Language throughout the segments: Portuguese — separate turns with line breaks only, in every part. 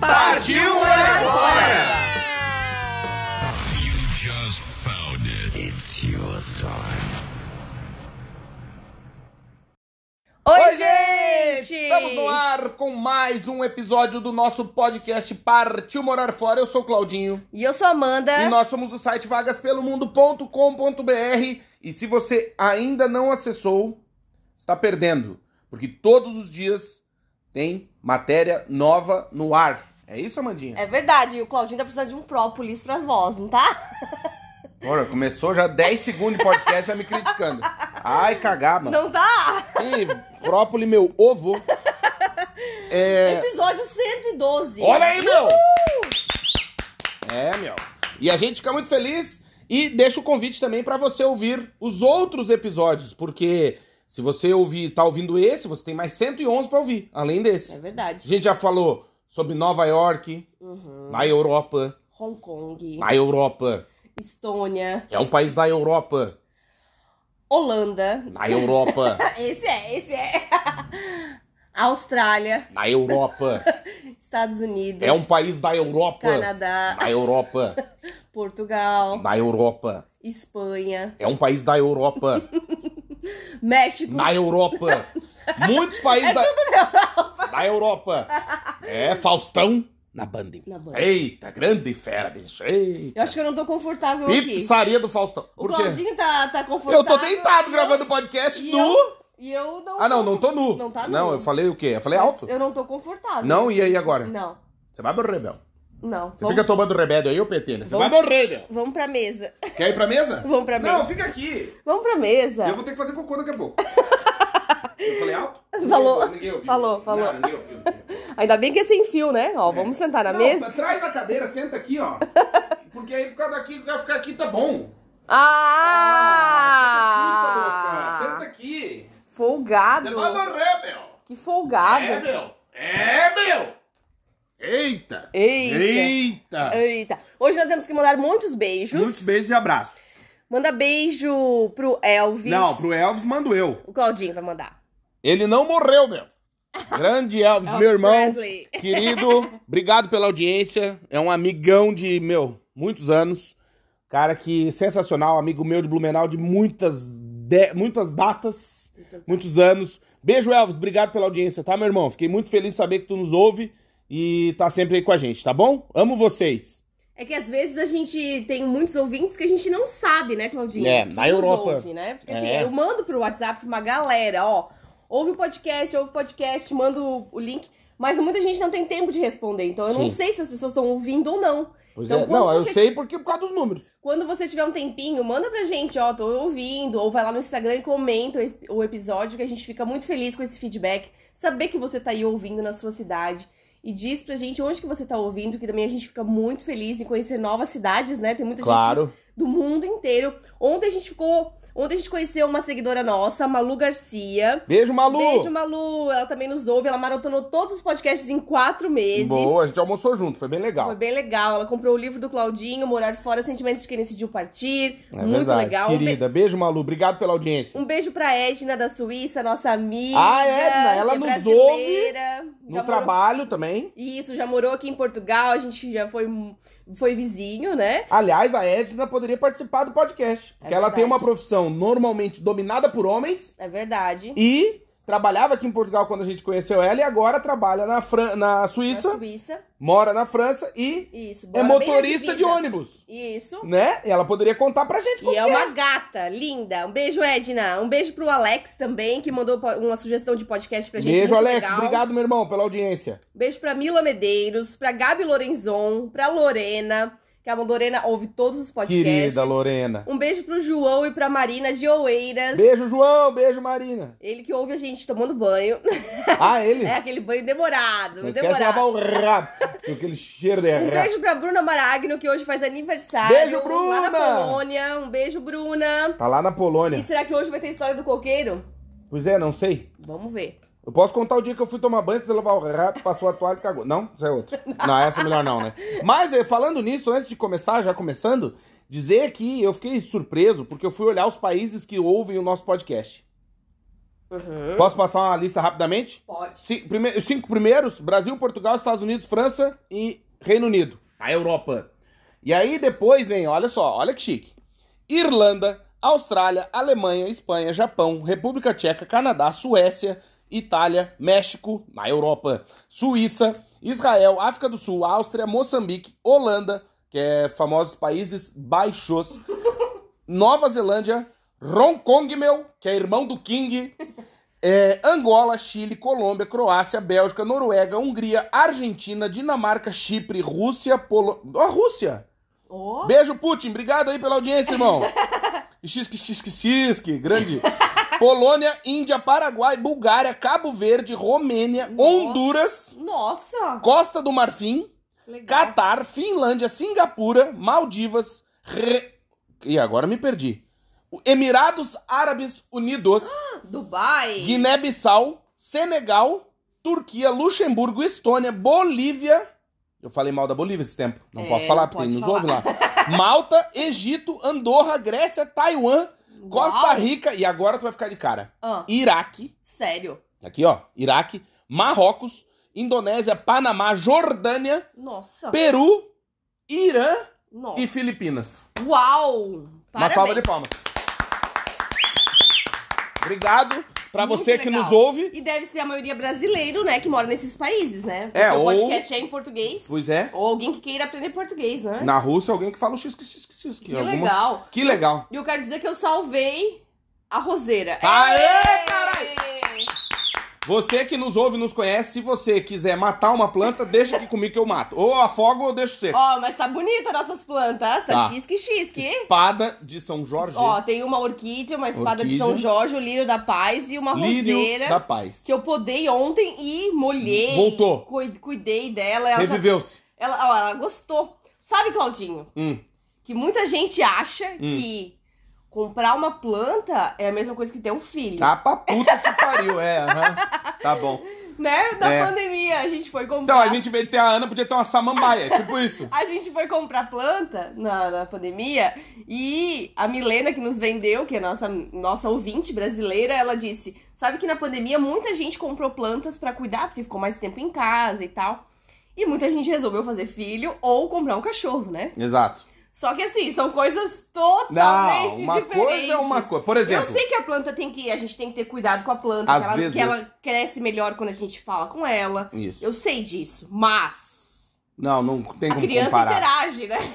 Partiu morar fora!
You just found it. It's your time.
Oi, gente! Estamos no ar com mais um episódio do nosso podcast Partiu Morar Fora. Eu sou o Claudinho.
E eu sou a Amanda.
E nós somos do site vagaspelomundo.com.br. E se você ainda não acessou, está perdendo. Porque todos os dias tem matéria nova no ar. É isso, Amandinha?
É verdade, o Claudinho tá precisando de um própolis pra voz, não tá?
Ora, começou já 10 segundos de podcast já me criticando. Ai, cagar, mano.
Não tá?
Ih, própoli, meu ovo. É...
Episódio 112.
Olha aí, meu! É, meu. E a gente fica muito feliz e deixa o convite também pra você ouvir os outros episódios, porque se você ouvir, tá ouvindo esse, você tem mais 111 pra ouvir, além
É
desse. A
verdade.
gente já falou sobre Nova York,
Uhum.
na Europa,
Hong Kong,
na Europa.
Estônia,
É um país da Europa,
Holanda.
na Europa,
Esse é, esse é. Austrália,
na Europa.
Estados Unidos,
É um país da Europa,
Canadá,
na Europa,
Portugal,
na Europa.
Espanha,
É um país da Europa.
México.
Na Europa. Muitos
É
países da... na Europa. É, Faustão na Band.
Na Band.
Eita, grande fera, bicho. Eita.
Eu acho que eu não tô confortável aqui.
Pizzaria do Faustão.
O
Por quê?
Claudinho tá, tá confortável.
Eu tô deitado
e eu-
gravando podcast
e
nu.
eu- E eu não.
Ah, não,
tô-
não tô nu.
Não tá
Não,
nu.
eu falei o quê? Eu falei alto.
Eu não tô confortável.
Não, e aí agora?
Não,
Você vai morrer, Bel.
não.
Você
Vamos,
fica tomando remédio aí, ô PT. né? Você
Vamos-
vai morrer, Bel.
vamos pra mesa.
Quer ir pra mesa?
Vamos pra
Não,
mesa. Tá.
fica aqui.
Vamos pra mesa.
Eu vou ter que fazer cocô daqui a pouco. Eu falei alto?
Falou.
Ninguém ouviu.
Falou, falou.
Não, ninguém ouviu.
Ainda bem que é sem fio, né? Ó, vamos sentar na
É. Não,
mesa.
mas Traz a cadeira, senta aqui, ó. Porque aí por causa daqui, vai ficar aqui, tá bom.
Ah!
Senta aqui,
Folgado.
sua louca. Senta aqui. Você vai morrer, meu.
Que folgado.
É, meu. É, meu. Eita.
Eita.
Eita.
Eita. Hoje nós temos que mandar muitos beijos.
Muitos beijos e abraços.
Manda beijo pro Elvis.
Não, pro Elvis mando eu.
O Claudinho vai mandar.
Ele não morreu, meu. Grande Elvis,
Elvis
meu irmão.
Presley.
Querido, obrigado pela audiência. É um amigão de, meu, muitos anos. Cara que sensacional, amigo meu de Blumenau de muitas, de- muitas datas, muitos anos. Beijo, Elvis. Obrigado pela audiência, tá, meu irmão? Fiquei muito feliz de saber que tu nos ouve e tá sempre aí com a gente, tá bom? Amo vocês.
É que às vezes a gente tem muitos ouvintes que a gente não sabe, né, Claudinha?
É,
Quem
na
nos
Europa.
Ouve, né? Porque assim,
É.
eu mando pro WhatsApp pra uma galera, ó. Ouve o podcast, ouve o podcast, mando o- o link. Mas muita gente não tem tempo de responder, então eu não
Sim.
sei se as pessoas estão ouvindo ou não.
Pois
Então,
é.
quando
Não, eu
você-
sei porque por causa dos números.
Quando você tiver um tempinho, manda pra gente, ó, tô ouvindo, ou vai lá no Instagram e comenta o es- o episódio, que a gente fica muito feliz com esse feedback. Saber que você tá aí ouvindo na sua cidade. E diz pra gente onde que você tá ouvindo, que também a gente fica muito feliz em conhecer novas cidades, né? Tem muita gente
Claro.
do mundo inteiro. Ontem a gente ficou. Ontem a gente conheceu uma seguidora nossa, Malu Garcia.
Beijo, Malu.
Beijo, Malu. Ela também nos ouve. Ela maratonou todos os podcasts em quatro meses.
Boa, a gente almoçou junto, foi bem legal.
Foi bem legal. Ela comprou o livro do Claudinho, Morar Fora, Sentimentos de Quem Decidiu Partir.
É
Muito
verdade.
legal. Um be-
Querida, beijo, Malu. Obrigado pela audiência.
Um beijo pra Edna da Suíça, nossa amiga.
Ah, Edna, ela
que é
nos
brasileira, já
No
morou-
trabalho também.
Isso, já morou aqui em Portugal, a gente já foi, foi vizinho, né?
Aliás, a Edna poderia participar do podcast. Porque ela
É verdade.
tem uma profissão normalmente dominada por homens
É verdade.
e trabalhava aqui em Portugal quando a gente conheceu ela e agora trabalha na, Fran- na Suíça,
Na Suíça.
mora na França e
Isso.
é
bora bem
motorista
recebida.
de ônibus.
Isso.
Né? E ela poderia contar pra gente como
E é
que
uma gata, linda. Um beijo, Edna. Um beijo pro Alex também, que mandou po- uma sugestão de podcast pra gente.
Beijo,
muito
Alex.
legal.
Obrigado, meu irmão, pela audiência.
Beijo pra Mila Medeiros, pra Gabi Lorenzon, pra Lorena. que a Lorena ouve todos os podcasts.
Querida Lorena.
Um beijo pro João e pra Marina de Oeiras.
Beijo, João. Beijo, Marina.
Ele que ouve a gente tomando banho.
Ah, ele?
É aquele banho demorado.
Não esquece de
demorado.
lavar o rabo. com Aquele cheiro de
Um
rabo.
beijo pra Bruna Maragno, que hoje faz aniversário.
Beijo, Bruna!
Lá na Polônia. Um beijo, Bruna.
Tá lá na Polônia.
E será que hoje vai ter história do coqueiro?
Pois é, não sei.
Vamos ver.
Eu posso contar o dia que eu fui tomar banho, você lavar o rabo, passou a toalha e cagou. Não, isso é outro. Não, essa é melhor não, né? Mas eh, falando nisso, antes de começar, já começando, dizer que eu fiquei surpreso porque eu fui olhar os países que ouvem o nosso podcast.
Uhum.
Posso passar uma lista rapidamente?
Pode.
Ci- prime- os cinco primeiros: Brasil, Portugal, Estados Unidos, França e Reino Unido. A Europa. E aí depois vem, olha só, olha que chique: Irlanda, Austrália, Alemanha, Espanha, Japão, República Tcheca, Canadá, Suécia, Itália, México, na Europa, Suíça, Israel, África do Sul, Áustria, Moçambique, Holanda, que é famosos países baixos, Nova Zelândia, Hong Kong, meu, que é irmão do King, é, Angola, Chile, Colômbia, Croácia, Bélgica, Noruega, Hungria, Argentina, Dinamarca, Chipre, Rússia, Polônia. Ó, Rússia!
Oh.
Beijo, Putin! Obrigado aí pela audiência, irmão! Xisque, xisque, xisque! Grande! Polônia, Índia, Paraguai, Bulgária, Cabo Verde, Romênia,
Nossa.
Honduras,
Nossa!
Costa do Marfim,
Legal.
Catar, Finlândia, Singapura, Maldivas, Re... e agora me perdi. Emirados Árabes Unidos,
Dubai.
Guiné-Bissau, Senegal, Turquia, Luxemburgo, Estônia, Bolívia. Eu falei mal da Bolívia esse tempo. Não
É,
posso falar
não
porque
pode
nos
falar.
ouve lá. Malta, Egito, Andorra, Grécia, Taiwan, Costa
Uau.
Rica e agora tu vai ficar de cara.
Ah,
Iraque,
sério.
aqui ó, Iraque, Marrocos, Indonésia, Panamá, Jordânia,
Nossa.
Peru, Irã
Nossa.
e Filipinas.
Uau!
Uma
Parabéns.
salva de palmas. Obrigado pra
Muito
você que
legal.
nos ouve.
E deve ser a maioria brasileiro, né? Que mora nesses países, né? Porque
É,
o
ou-
podcast é em português.
Pois é.
Ou alguém que queira aprender português, né?
Na Rússia, alguém que fala o xisque, xisque, xisque.
Que
Alguma-
legal.
Que legal.
E eu quero dizer que eu salvei a roseira.
Aê,
caralho!
Você que nos ouve e nos conhece, se você quiser matar uma planta, deixa aqui comigo que eu mato. Ou afogo ou deixo seco.
Ó, mas tá bonita nossas plantas.
Tá.
Tá xisque, xisque.
Espada de São Jorge.
Ó, tem uma orquídea, uma espada de
Orquídea.
São Jorge, o lírio da paz e uma
Lírio
roseira.
da Paz.
Que eu podei ontem e molhei.
Voltou.
cui- cuidei dela. Ela, já-
Reviveu-se.
ela, ó, ela gostou. Sabe, Claudinho,
Hum.
que muita gente acha que comprar uma planta é a mesma coisa que ter um filho.
Tá pra puta que pariu, é. aham. Tá bom.
Né? Na
É.
pandemia a gente foi comprar.
Então, a gente veio ter a Ana, podia ter uma samambaia. Tipo isso.
A gente foi comprar planta na, na pandemia e a Milena, que nos vendeu, que é nossa, nossa ouvinte brasileira, ela disse: Sabe que na pandemia muita gente comprou plantas pra cuidar, porque ficou mais tempo em casa e tal. E muita gente resolveu fazer filho ou comprar um cachorro, né?
Exato.
Só que assim, são coisas
Não,
totalmente
uma
diferentes.
coisa é uma coisa. Por
Eu
exemplo,
sei que a planta tem que. A gente tem que ter cuidado com a planta,
Às
que ela-
vezes-
que ela cresce melhor quando a gente fala com ela.
isso.
Eu sei disso, mas
Não, não tem
a
como
criança
comparar.
interage, né?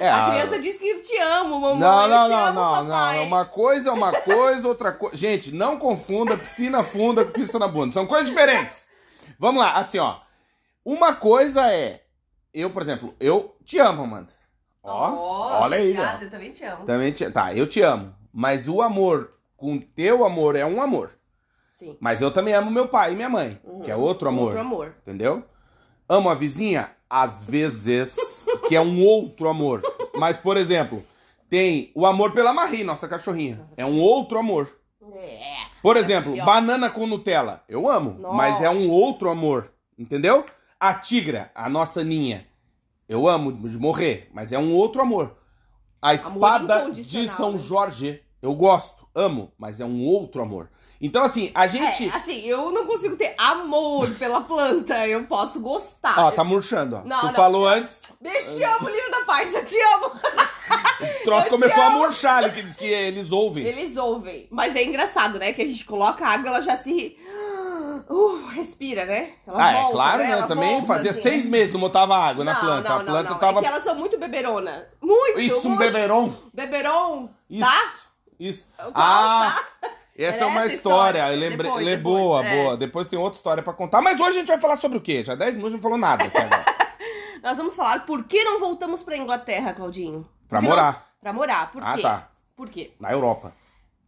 É,
a
a-
criança diz que te amo, mamãe.
Não,
eu
não,
te
não,
amo,
não, não.
papai.
É Uma coisa é uma coisa, outra coisa. Gente, não confunda piscina funda com pista na bunda. São coisas diferentes. Vamos lá, assim, ó. Uma coisa é. Eu, por exemplo, eu te amo, Amanda. Ó,
Ó,
olha aí,
obrigada,
ó.
Eu também te amo.
Também te... Tá, eu te amo. Mas o amor com teu amor é um amor.
Sim.
Mas eu também amo meu pai e minha mãe,
Uhum.
que é outro amor.
Outro amor.
Entendeu? Amo a vizinha? Às vezes, que é um outro amor. Mas, por exemplo, tem o amor pela Marie, nossa cachorrinha. É um outro amor.
É.
Por exemplo,
pior.
banana com Nutella. Eu amo, mas é um
Nossa.
outro amor. Entendeu? A tigra, a nossa Aninha. Eu amo de morrer, mas é um outro amor. A espada de
incondicional,
São
né?
Jorge. Eu gosto, amo, mas é um outro amor. Então, assim, a gente.
É, assim, eu não consigo ter amor pela planta. Eu posso gostar.
Ó, tá murchando, ó.
ah, Não,
tu
não.
falou antes.
Eu te amo, livro da paz, eu te amo.
O troço
Eu
começou
te
a
amo.
murchar, ele que diz que eles ouvem.
Eles ouvem. Mas é engraçado, né? Que a gente coloca a água, ela já se. Uh, respira, né? Ela
ah,
volta,
é claro,
né?
né?
Ela
Eu também
volta,
fazia
assim.
seis meses, não botava água na
Não,
planta.
não,
a planta
não, não.
tava.
É que elas são muito beberona. Muito,
Isso, um
muito.
beberon.
Beberon,
Isso.
tá?
Isso.
Qual
ah, essa
Era
é uma
essa
história.
história.
Eu lembrei.
Depois,
le-
depois,
boa,
é.
boa. Depois tem outra história pra contar. Mas hoje a gente vai falar sobre o quê? Já 10 minutos não falou nada. até agora.
Nós vamos falar por que não voltamos pra Inglaterra, Claudinho. Por
Pra
que
morar.
nós- Pra morar, por
Ah,
quê?
tá.
Por quê?
Na Europa.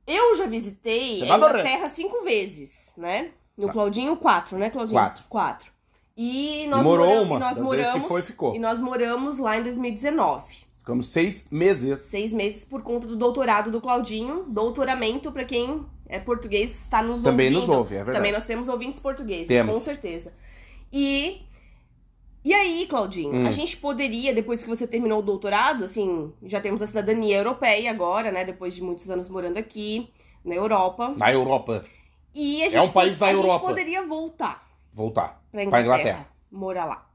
Eu já visitei
Você
a
vai morrer. Tá.
Inglaterra cinco vezes, né? No Claudinho, quatro, né, Claudinho?
Quatro.
Quatro. E nós
morou
moramos,
uma,
e nós
das vezes que
moramos
foi, ficou.
e nós moramos lá em 2019.
Ficamos seis meses.
Seis meses por conta do doutorado do Claudinho, doutoramento pra quem é português está nos
Também
ouvindo.
nos ouve, é verdade.
Também nós temos ouvintes portugueses,
Temos.
com certeza. E e aí, Claudinho,
Hum.
a gente poderia, depois que você terminou o doutorado, assim, já temos a cidadania europeia agora, né, depois de muitos anos morando aqui na Europa.
Na Europa.
E a gente,
É um país da
a
Europa.
gente poderia voltar
Voltar.
pra
Pra
Inglaterra,
Inglaterra.
morar lá.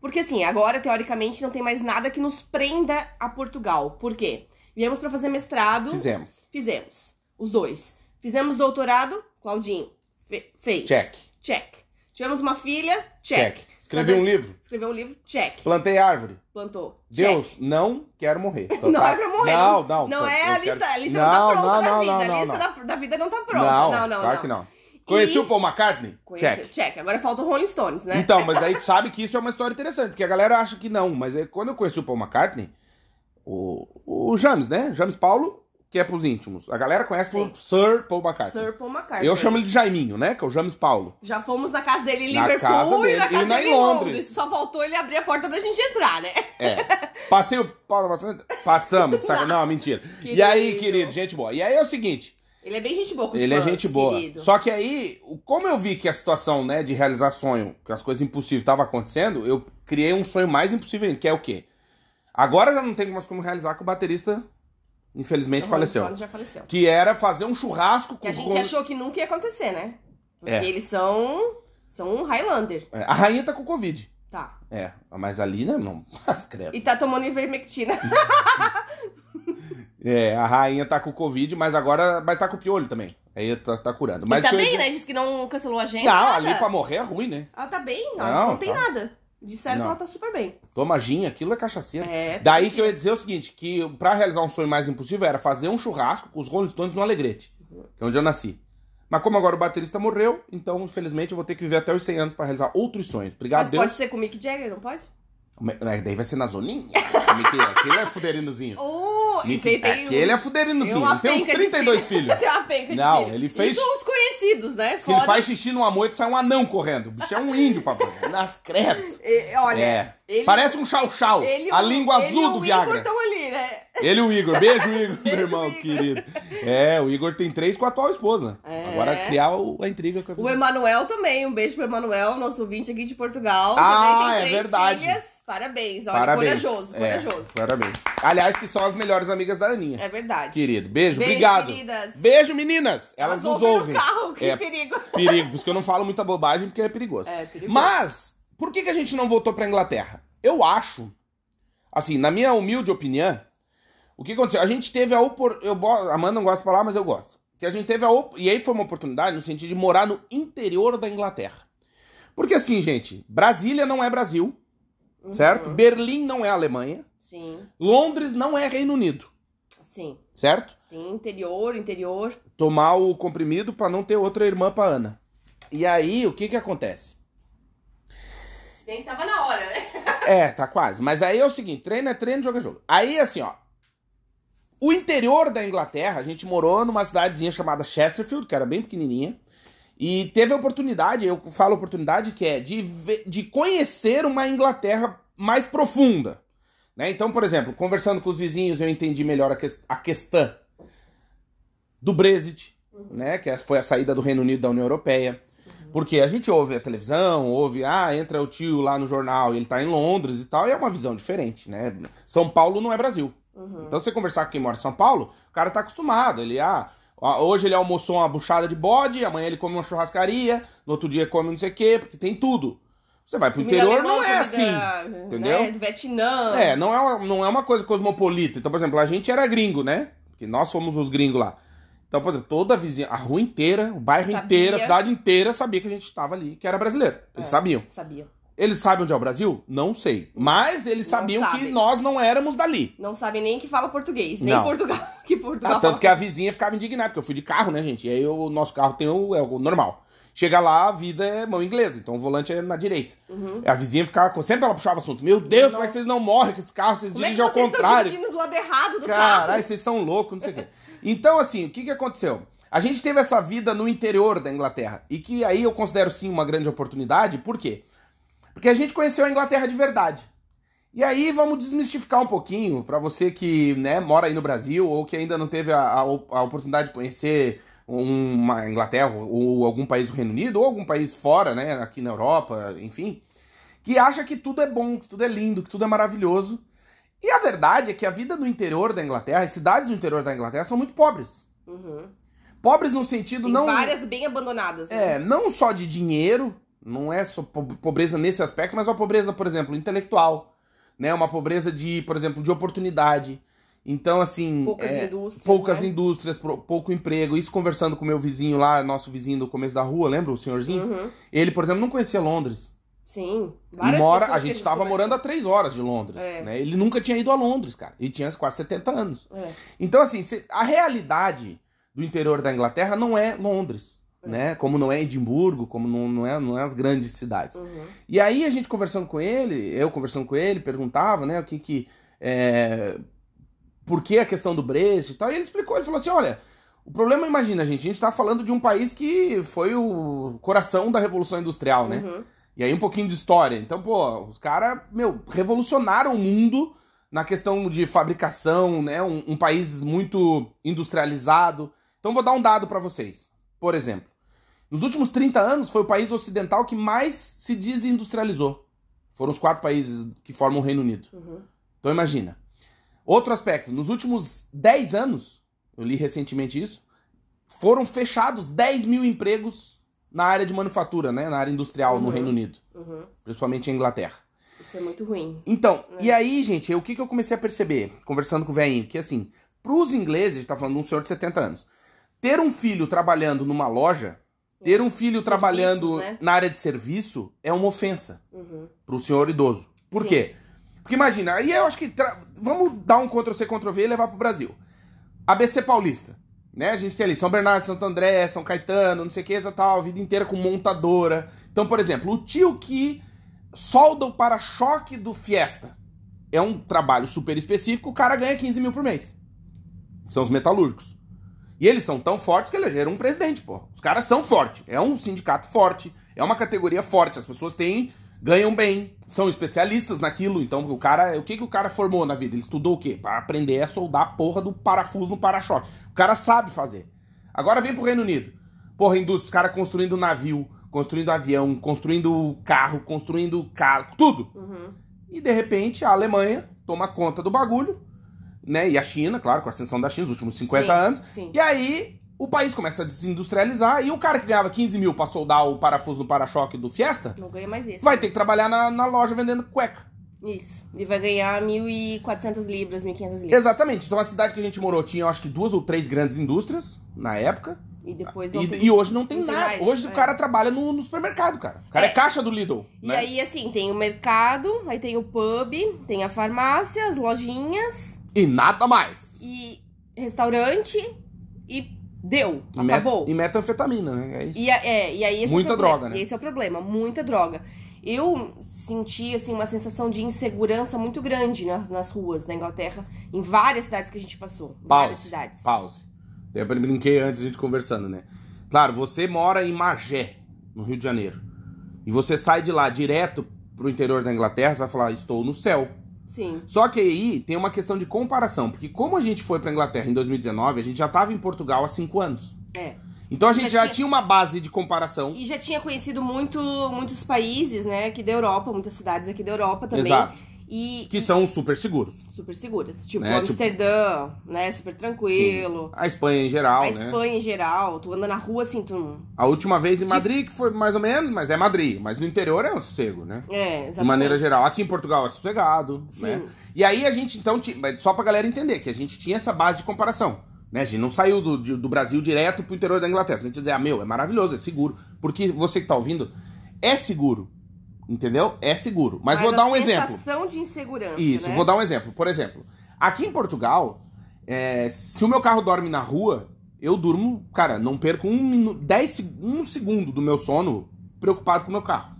Porque assim, agora teoricamente não tem mais nada que nos prenda a Portugal. Por quê? Viemos pra fazer mestrado,
Fizemos.
fizemos, os dois. Fizemos doutorado, Claudinho fe- fez.
Check.
Check. Tivemos uma filha, check.
Check. Escrevi um livro.
Escreveu um livro, check.
Plantei árvore.
Plantou. check.
Deus, não quero morrer. Tô-
Não
tá-
é pra morrer.
Não, não.
Não
tô-
é
eu
a lista.
quero-
A lista não, tá pronta da vida.
não,
a lista
não.
da, da vida não tá pronta.
Não,
não, não.
claro que não. Conheci
E-
o Paul McCartney?
Conheceu-
Check.
check. Agora falta o Rolling Stones, né?
Então, mas aí tu sabe que isso é uma história interessante, porque a galera acha que não, mas é, quando eu conheci o Paul McCartney, o, o James, né? James Paulo, que é pros íntimos. A galera conhece
Sim.
por Sir Paul McCartney.
Sir Paul McCartney.
Eu chamo ele de Jaiminho, né? Que é o James Paulo.
Já fomos na casa dele em
Na
Liverpool
casa
e
dele,
na casa
e na
dele
em
em Londres.
Londres.
Só faltou ele abrir a porta pra gente entrar, né?
É. Passei o. Paulo, passando- Passamos, saca? Não, mentira. E aí,
Querido.
querido, gente boa. E aí é o seguinte:
Ele é bem gente boa com os
ele
fãs,
é gente boa.
querido.
Só que aí, o- como eu vi que a situação, né, de realizar sonho, que as coisas impossíveis estavam acontecendo, eu criei um sonho mais impossível ainda, que é o quê? Agora já não tem mais como realizar que o baterista, infelizmente,
O Rolling
faleceu.
Stones já faleceu.
Que era fazer um churrasco
Que
com
a gente
com-
achou que nunca ia acontecer, né? Porque
É.
eles são... São um Highlander.
É, A rainha tá com Covid.
Tá.
É, mas ali, né, não. Mas credo.
E tá tomando ivermectina.
É, a rainha tá com Covid, mas agora. Mas tá com piolho também. Aí tá, tá curando. Mas
e tá
que eu ia
bem,
dizer-
né? Diz que não cancelou a gente.
Não,
nada.
ali pra morrer é ruim, né?
Ela tá bem, ela não,
Não,
tem
tá.
nada. Disseram que
Não.
ela tá super bem.
Toma gin, aquilo é cachaceiro.
É, tá
Daí
bem.
que eu ia dizer o seguinte, que pra realizar um sonho mais impossível era fazer um churrasco com os Rolling Stones no Alegrete, que é onde eu nasci. Mas como agora o baterista morreu, então infelizmente eu vou ter que viver até os 100 anos pra realizar outros sonhos. Obrigado,
Mas
Deus.
pode ser com o Mick Jagger, não pode?
Mas Daí vai ser na zoninha. Aquele- Aquele é fuderinozinho.
Oh, esse aí tem
Aquele é
uns- tem
fuderinozinho.
uma
Ele tem uns
penca de
32
filho.
filhos.
Tem uma penca de
Não,
filho.
ele fez-
E são os conhecidos, né?
Diz que ele
Fora-
faz xixi numa moita e sai um anão correndo. O bicho é um índio, papai. Nas credas.
E, olha,
É.
ele-
Parece um chau-chau.
ele e
A
o-
língua
ele é um e
azul
o
do
Igor
Viagra.
estão ali, né?
Ele e o Igor. Beijo, Igor, meu
Beijo,
irmão
Igor.
querido. É, o Igor tem três com a atual esposa.
É.
Agora criar o- a intriga com a
O
vizinha.
Emanuel também, um beijo pro Emanuel, nosso ouvinte aqui de Portugal. também
Ah,
tem
é
três
verdade.
Filhas. Parabéns, olha,
Parabéns.
corajoso,
É,
corajoso.
parabéns. Aliás, que são as melhores amigas da Aninha.
É, verdade.
Querido, beijo,
Beijo,
obrigado.
queridas.
Beijo, meninas. Elas, nos
ouvem
ouvem.
no carro, que
É,
perigo.
Perigo, por isso que eu não falo muita bobagem, porque é perigoso.
É, perigoso.
Mas, por que, que a gente não voltou pra Inglaterra? Eu acho, assim, na minha humilde opinião, o que aconteceu? A gente teve a oportunidade. A Amanda não gosta de falar, mas eu gosto. Que a gente teve a op... E aí foi uma oportunidade no sentido de morar no interior da Inglaterra. Porque assim, gente, Brasília não é Brasil,
Uhum.
certo? Berlim não é Alemanha.
Sim,
Londres não é Reino Unido,
sim.
certo?
Tem interior, interior.
tomar o comprimido pra não ter outra irmã pra Ana. E aí, o que que acontece?
Bem que tava na hora, né?
É, tá quase. Mas aí é o seguinte, treino é treino, jogo é jogo. Aí, assim, ó. O interior da Inglaterra, a gente morou numa cidadezinha chamada Chesterfield, que era bem pequenininha. E teve a oportunidade, eu falo oportunidade, que é de, ve- de conhecer uma Inglaterra mais profunda. Né? Então, por exemplo, conversando com os vizinhos, eu entendi melhor a, ques- a questão do Brexit, né? que foi a saída do Reino Unido da União Europeia. Porque a gente ouve a televisão, ouve, ah, entra o tio lá no jornal e ele tá em Londres e tal, e é uma visão diferente, né? São Paulo não é Brasil. Então, se você conversar com quem mora em São Paulo, o cara tá acostumado. Ele, ah, ó, hoje ele almoçou uma buchada de bode, amanhã ele come uma churrascaria, no outro dia come não sei o quê, porque tem tudo. Você vai pro interior, não é assim. entendeu?
Né? Do Vietnã.
É, não é, uma, não é uma coisa cosmopolita. Então, por exemplo, a gente era gringo, né? Porque nós fomos os gringos lá. Então, por exemplo, toda a vizinha, a rua inteira, o bairro
Sabia.
inteiro, a cidade inteira sabia que a gente estava ali, que era brasileiro. Eles
É.
sabiam.
Sabia.
Eles sabem onde é o Brasil? Não sei. Mas eles
Não
sabiam que
sabem.
nós não éramos dali.
Não sabe nem que fala português, nem
Não.
Portugal, que Portugal
Ah, tanto que a vizinha ficava indignada, porque eu fui de carro, né, gente? E aí eu- o nosso carro tem o, é o normal. Chega lá, a vida é mão inglesa, então o volante é na direita.
Uhum.
A vizinha ficava. com- Sempre ela puxava o assunto. Meu Deus, como é que vocês não morrem com esse carro? Vocês
Como é que
dirigem ao
vocês estão
contrário.
dirigindo do lado errado do
Caralho,
carro?
vocês são loucos, não sei o quê. Então, assim, o que, que aconteceu? A gente teve essa vida no interior da Inglaterra. E que aí eu considero sim uma grande oportunidade, por quê? Porque a gente conheceu a Inglaterra de verdade. E aí vamos desmistificar um pouquinho pra você que né, mora aí no Brasil ou que ainda não teve a, a op- a oportunidade de conhecer uma Inglaterra ou algum país do Reino Unido ou algum país fora, né, aqui na Europa, enfim, que acha que tudo é bom, que tudo é lindo, que tudo é maravilhoso. E a verdade é que a vida do interior da Inglaterra, as cidades do interior da Inglaterra são muito pobres.
Uhum.
Pobres no sentido
Tem
não
várias bem abandonadas. né?
é, não só de dinheiro, não é só po- pobreza nesse aspecto, mas uma pobreza, por exemplo, intelectual, né? Uma pobreza de, por exemplo, de oportunidade. Então, assim,
Poucas
é,
indústrias.
poucas
né?
indústrias, pro- pouco emprego. Isso conversando com meu vizinho lá, nosso vizinho do começo da rua, lembra o senhorzinho?
Uhum.
Ele, por exemplo, não conhecia Londres.
Sim.
E
Várias
mora,
pessoas
a
que
gente estava
conversou.
morando a três horas de Londres,
É.
né? Ele nunca tinha ido a Londres, cara. Ele tinha quase 70 anos.
É.
Então, assim, se- a realidade do interior da Inglaterra não é Londres,
É.
né? Como não é Edimburgo, como não, não, é, não é as grandes cidades.
Uhum.
E aí a gente conversando com ele, eu conversando com ele, perguntava, né, o que que... é, por que a questão do Brexit e tal, e ele explicou, ele falou assim, olha, o problema, imagina, gente, a gente tá falando de um país que foi o coração da Revolução Industrial, né?
Uhum.
E aí um pouquinho de história. Então, pô, os caras, meu, revolucionaram o mundo na questão de fabricação, né? Um, um país muito industrializado. Então, vou dar um dado pra vocês. Por exemplo, nos últimos 30 anos foi o país ocidental que mais se desindustrializou. Foram os quatro países que formam o Reino Unido.
Uhum.
Então imagina. Outro aspecto, nos últimos 10 anos, eu li recentemente isso, foram fechados 10 mil empregos na área de manufatura, né? Na área industrial no
Uhum.
Reino Unido,
Uhum.
principalmente em Inglaterra.
Isso é muito ruim.
Então,
É.
e aí, gente, o que, que eu comecei a perceber, conversando com o velhinho, que assim, pros ingleses, a gente tá falando de um senhor de 70 anos, ter um filho trabalhando numa loja, ter um filho
É. Serviços,
trabalhando
né?
na área de serviço, é uma ofensa
Uhum.
pro senhor idoso. Por
Sim.
quê? Porque imagina, aí eu acho que. tra- Vamos dar um Ctrl-C, Ctrl-V e levar pro Brasil. ABC Paulista. Né? A gente tem ali São Bernardo, Santo André, São Caetano, não sei o que, tal, tal, a vida inteira com montadora. Então, por exemplo, o tio que solda o para-choque do Fiesta. É um trabalho super específico, o cara ganha 15 mil por mês. São os metalúrgicos. E eles são tão fortes que elegeram um presidente, pô. Os caras são fortes. É um sindicato forte, é uma categoria forte. As pessoas têm, ganham bem, são especialistas naquilo. Então, o cara, o que, que o cara formou na vida? Ele estudou o quê? Pra aprender a soldar a porra do parafuso no para-choque. O cara sabe fazer. Agora vem pro Reino Unido. Porra, indústria, os caras construindo navio, construindo avião, construindo carro, construindo carro, tudo.
Uhum.
E de repente a Alemanha toma conta do bagulho, né? E a China, claro, com a ascensão da China nos últimos 50
Sim,
anos.
sim.
E aí o país começa a desindustrializar e o cara que ganhava 15 mil pra soldar o parafuso no para-choque do Fiesta
Não ganha mais isso.
vai ter que trabalhar na, na loja vendendo cueca.
Isso. E vai ganhar 1.400 libras, 1.500 libras.
Exatamente. Então a cidade que a gente morou tinha, eu acho que duas ou três grandes indústrias na época.
E depois não
E,
tem.
e hoje não tem
não tem
nada.
mais,
hoje
é.
o cara trabalha no, no supermercado, cara. O cara é,
É.
caixa do Lidl.
E
né?
aí, assim, tem o mercado, aí tem o pub, tem a farmácia, as lojinhas
E nada mais.
e restaurante e deu,
E met-
acabou.
E metanfetamina, né? É isso.
E, a- é, e aí esse
Muita
é o problema.
droga, né?
E Esse é o problema, muita droga. Eu senti, assim, uma sensação de insegurança muito grande nas, nas ruas da Inglaterra, em várias cidades que a gente passou. Várias
Pause.
cidades.
Pause. Eu brinquei antes a gente conversando, né? Claro, você mora em Magé, no Rio de Janeiro. E você sai de lá direto pro interior da Inglaterra, você vai falar, estou no céu.
Sim.
Só que aí tem uma questão de comparação, porque como a gente foi pra Inglaterra em 2019, a gente já tava em Portugal há cinco anos.
É.
Então a gente já,
Já
tinha...
tinha-
uma base de comparação.
E já tinha conhecido muito, muitos países, né, aqui da Europa, muitas cidades aqui da Europa também.
Exato.
E
Que são super seguros.
super seguras. Tipo,
Né, tipo-
Amsterdã, né? Super tranquilo.
A Espanha em geral,
a
né?
Espanha em geral, tu anda na rua assim, tu. não-
A última vez em Madrid, que foi mais ou menos, mas é Madrid. Mas no interior é um sossego, né?
É, exatamente.
De maneira geral. Aqui em Portugal é sossegado,
Sim.
né? E aí a gente, então, ti- mas só pra galera entender, que a gente tinha essa base de comparação. Né? A gente não saiu do, de- do Brasil direto pro interior da Inglaterra. A gente dizer, ah, meu, é maravilhoso, é seguro. Porque você que tá ouvindo, é seguro. Entendeu? É seguro. Mas, vou
a
dar um exemplo.
sensação de insegurança.
Isso,
né?
vou um dar um exemplo. Por exemplo, aqui em Portugal, é, se o meu carro dorme na rua, Eu durmo, cara, não perco um, minu- dez seg- um segundo do meu sono preocupado com o meu carro.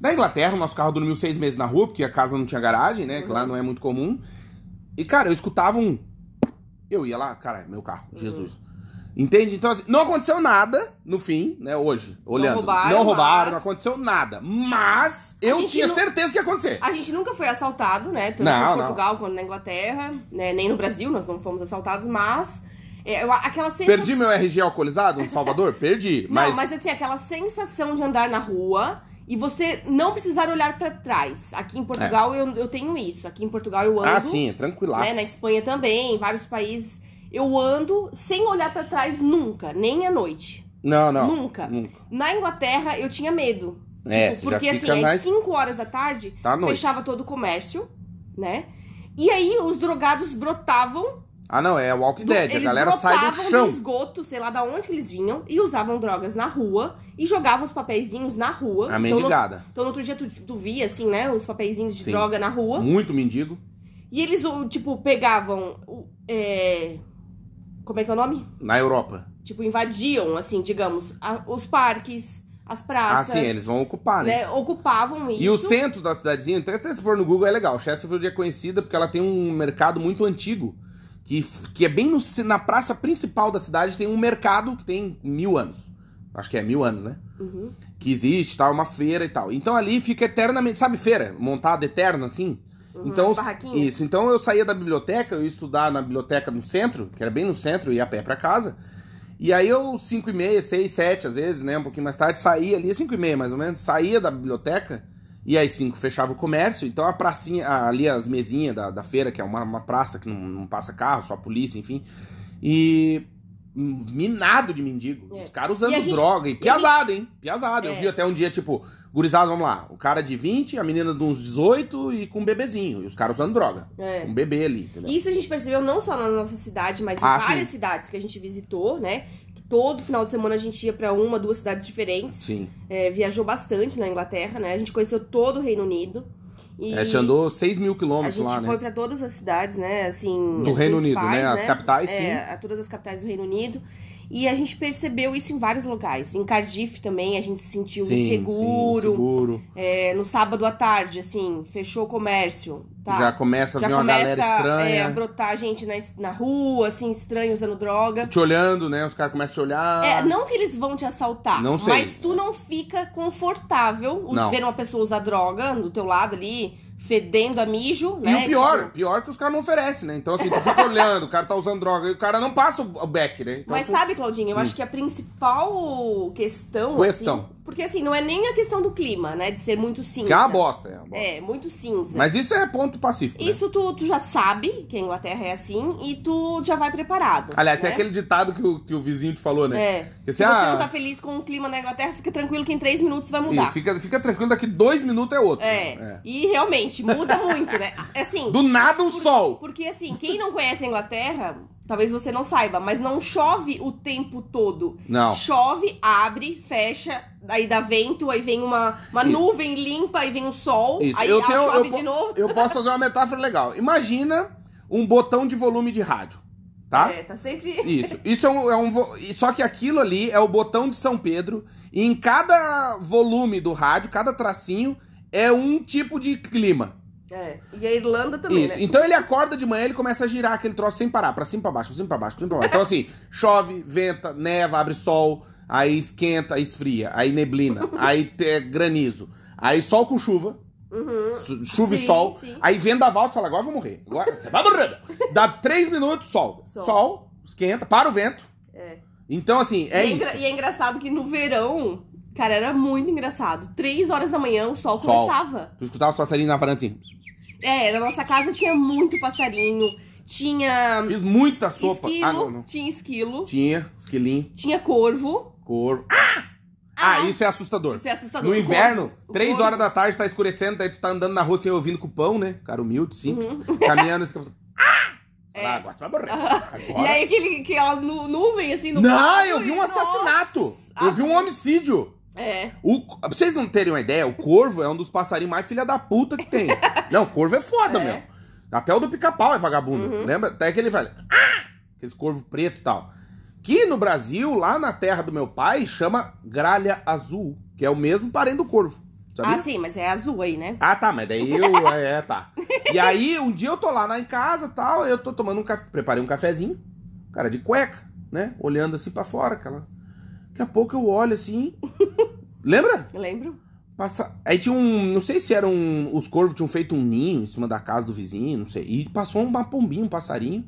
Na Inglaterra, o nosso carro dormiu seis meses na rua, porque a casa não tinha garagem, né? Que lá
Uhum.
não é muito comum. E, cara, eu escutava um. Eu ia lá, caralho, meu carro,
Uhum.
Jesus. Entende? Então, assim, não aconteceu nada no fim, né? Hoje, olhando.
roubaram,
não, roubaram,
mas-
não aconteceu nada. Mas eu
gente
tinha
não-
certeza que ia acontecer.
A gente nunca foi assaltado, né? Tanto
Não,
em
não.
Portugal quanto na Inglaterra, né? Nem no Brasil nós não fomos assaltados, mas é, eu- aquela sensação.
Perdi meu RG alcoolizado em Salvador? Perdi.
Não, mas assim, aquela sensação de andar na rua e você não precisar olhar pra trás. Aqui em Portugal eu, eu tenho isso. Aqui em Portugal eu ando.
É. Ah, sim, é tranquilaço.
né, Na Espanha também, em vários países. Eu ando sem olhar pra trás nunca, nem à noite.
Não, não.
Nunca.
Nunca.
Na Inglaterra eu tinha medo.
É,
Tipo,
você
porque
já
assim,
fica
às
mais...
5 horas da tarde,
Tá à noite.
fechava todo o comércio, né? E aí os drogados brotavam.
Ah, não, é Walking
do-
Dead. A
eles
galera sai do
brotavam
chão.
esgoto, sei lá da onde que eles vinham, e usavam drogas na rua e jogavam os papeizinhos na rua.
A
então, no,
mendigada.
então no outro dia tu, tu via, assim, né? Os papeizinhos de
Sim.
droga na rua.
Muito mendigo.
E eles, o- tipo, pegavam. o- é, Como é que é o nome?
Na Europa.
Tipo, invadiam, assim, digamos, a- os parques, as
Ah,
praças.
sim, eles vão ocupar, né?
né, Ocupavam isso.
E o centro da cidadezinha, até até se for no Google, é legal. Chesterfield é conhecida porque ela tem um mercado muito antigo. Que, f- que é bem no ce- na praça principal da cidade, tem um mercado que tem mil anos. Acho que é mil anos, né?
Uhum.
que existe, tal, uma feira e tal. Então ali fica eternamente, sabe, feira montada eterna assim.
Uhum,
então
as barraquinhas.
isso. Então eu saía da biblioteca, eu ia estudar na biblioteca no centro, que era bem no centro, eu ia a pé pra casa. E aí eu, 5 e meia, 6, 7 às vezes, né, um pouquinho mais tarde, saía ali, 5 e meia mais ou menos, saía da biblioteca, e às 5 fechava o comércio, então a pracinha, a- ali as mesinhas da, da feira, que é uma, uma praça que não, não passa carro, só a polícia, enfim, e hum, minado de mendigo,
É.
os caras
E a
usando
gente-
droga,
e
e
a gente-
piazada, hein, piazada, eu
É.
vi até um dia, tipo, gurizada, vamos lá, o cara de 20, a menina de uns 18 e com um bebezinho, e os caras usando droga,
É.
um bebê ali, entendeu?
Isso a gente percebeu não só na nossa cidade, mas em
Ah,
várias cidades que a gente visitou, né? Que Todo final de semana a gente ia pra uma, duas cidades diferentes.
Sim,
É, viajou bastante na Inglaterra, né? A gente conheceu todo o Reino Unido. E
é, a gente andou 6 mil
a
quilômetros
gente
lá, né?
foi pra todas as cidades, né? Assim,
Do
as
Reino Unido,
principais,
né? As capitais,
É, a todas as capitais do Reino Unido. E a gente percebeu isso em vários locais. Em Cardiff também a gente se sentiu inseguro.
seguro.
É, no sábado à tarde, assim, fechou o comércio. Tá?
Já começa a vir uma galera
é, a
estranha.
brotar gente na, es- na rua, assim, estranho usando droga.
Te olhando, né? Os caras começam a te olhar.
É, não que eles vão te assaltar,
Não sei.
mas tu não fica confortável us-
Não.
ver uma pessoa usar droga do teu lado ali, fedendo a mijo,
E
né?
o pior,
Tipo,
pior que os caras não oferecem, né? Então, assim, tu fica olhando, o cara tá usando droga e o cara não passa o o back, né? Então,
Mas
tu-
sabe, Claudinha, eu acho que a principal questão.
Questão.
assim, porque assim, não é nem a questão do clima, né? De ser muito cinza.
Que é uma bosta, é uma bosta.
É, muito cinza.
Mas isso é ponto pacífico, né?
Isso tu, tu já sabe que a Inglaterra é assim e tu já vai preparado.
Aliás,
né?
tem aquele ditado que o, que o vizinho te falou, né?
É.
Que
Se
assim,
você
ah,
não tá feliz com o clima na Inglaterra, fica tranquilo que em três minutos vai mudar.
Isso, fica, fica tranquilo, daqui dois minutos é outro.
É.
É.
E realmente, muda muito, né? Assim.
Do nada um sol.
Porque assim, quem não conhece a Inglaterra, talvez você não saiba, mas não chove o tempo todo.
Não.
Chove, abre, fecha, aí dá vento, aí vem uma, uma
Isso.
nuvem limpa, aí vem um sol,
Isso.
aí
eu,
ah,
tenho, eu,
chove
po-
de novo.
eu posso fazer uma metáfora legal. Imagina um botão de volume de rádio, tá?
É, tá sempre.
Isso. Isso é um, é um vo- e Só que aquilo ali é o botão de São Pedro. E em cada volume do rádio, cada tracinho, é um tipo de clima.
É. E a Irlanda também,
Isso.
né?
Então ele acorda de manhã, ele começa a girar aquele troço sem parar, pra cima, pra baixo, pra cima, pra baixo, pra cima, pra baixo. Então assim, chove, venta, neva, abre sol, aí esquenta, aí esfria, aí neblina, aí te- granizo, aí sol com chuva,
Uhum.
su- chuva
Sim,
e sol,
sim.
aí vendaval, tu fala, agora eu vou morrer, agora você vai morrer. Dá três minutos, sol.
Sol.
sol, esquenta, para o vento.
É.
Então assim, é
e, é
isso.
engra- e é engraçado que no verão, cara, era muito engraçado. Três horas da manhã o sol,
Sol.
começava.
Tu escutava os passarinhos na varanda assim,
É, na nossa casa tinha muito passarinho, tinha
fiz muita sopa.
esquilo,
Ah, não, não.
tinha esquilo,
Tinha, esquilinho,
tinha corvo.
couro. Ah! Ah, isso é assustador.
Isso é assustador.
No
O
inverno,
corvo- o
três
corvo-
horas da tarde, tá escurecendo, daí tu tá andando na rua sem ouvindo com pão, né? Cara, humilde, simples. Caminhando. assim, tu- Ah!
Uhum. É.
Fala, agora tu vai morrer.
E
Agora.
aí aquele, aquela nu- nuvem assim no
Não,
carro,
eu vi
e
um
nossa.
assassinato.
Ah,
Eu vi um homicídio.
É.
O, pra vocês não terem uma ideia, o corvo é um dos passarinhos mais filha da puta que tem. Não, corvo é foda,
É. Uhum.
meu. Até o do pica-pau é vagabundo. Lembra? Até que ele vai. Ah! Aquele corvo preto e tal. Que no Brasil, lá na terra do meu pai, chama gralha azul, que é o mesmo parente do corvo. Sabia?
Ah, sim, mas é azul aí, né?
Ah, tá, mas daí eu. É, tá. E aí, um dia eu tô lá na em casa tal, eu tô tomando um café. Preparei um cafezinho, cara de cueca, né? Olhando assim pra fora, aquela. Daqui a pouco eu olho assim. Lembra?
Eu lembro.
Passa... Aí tinha um. Não sei se eram. Os corvos tinham feito um ninho em cima da casa do vizinho, não sei. E passou uma pombinha, um passarinho.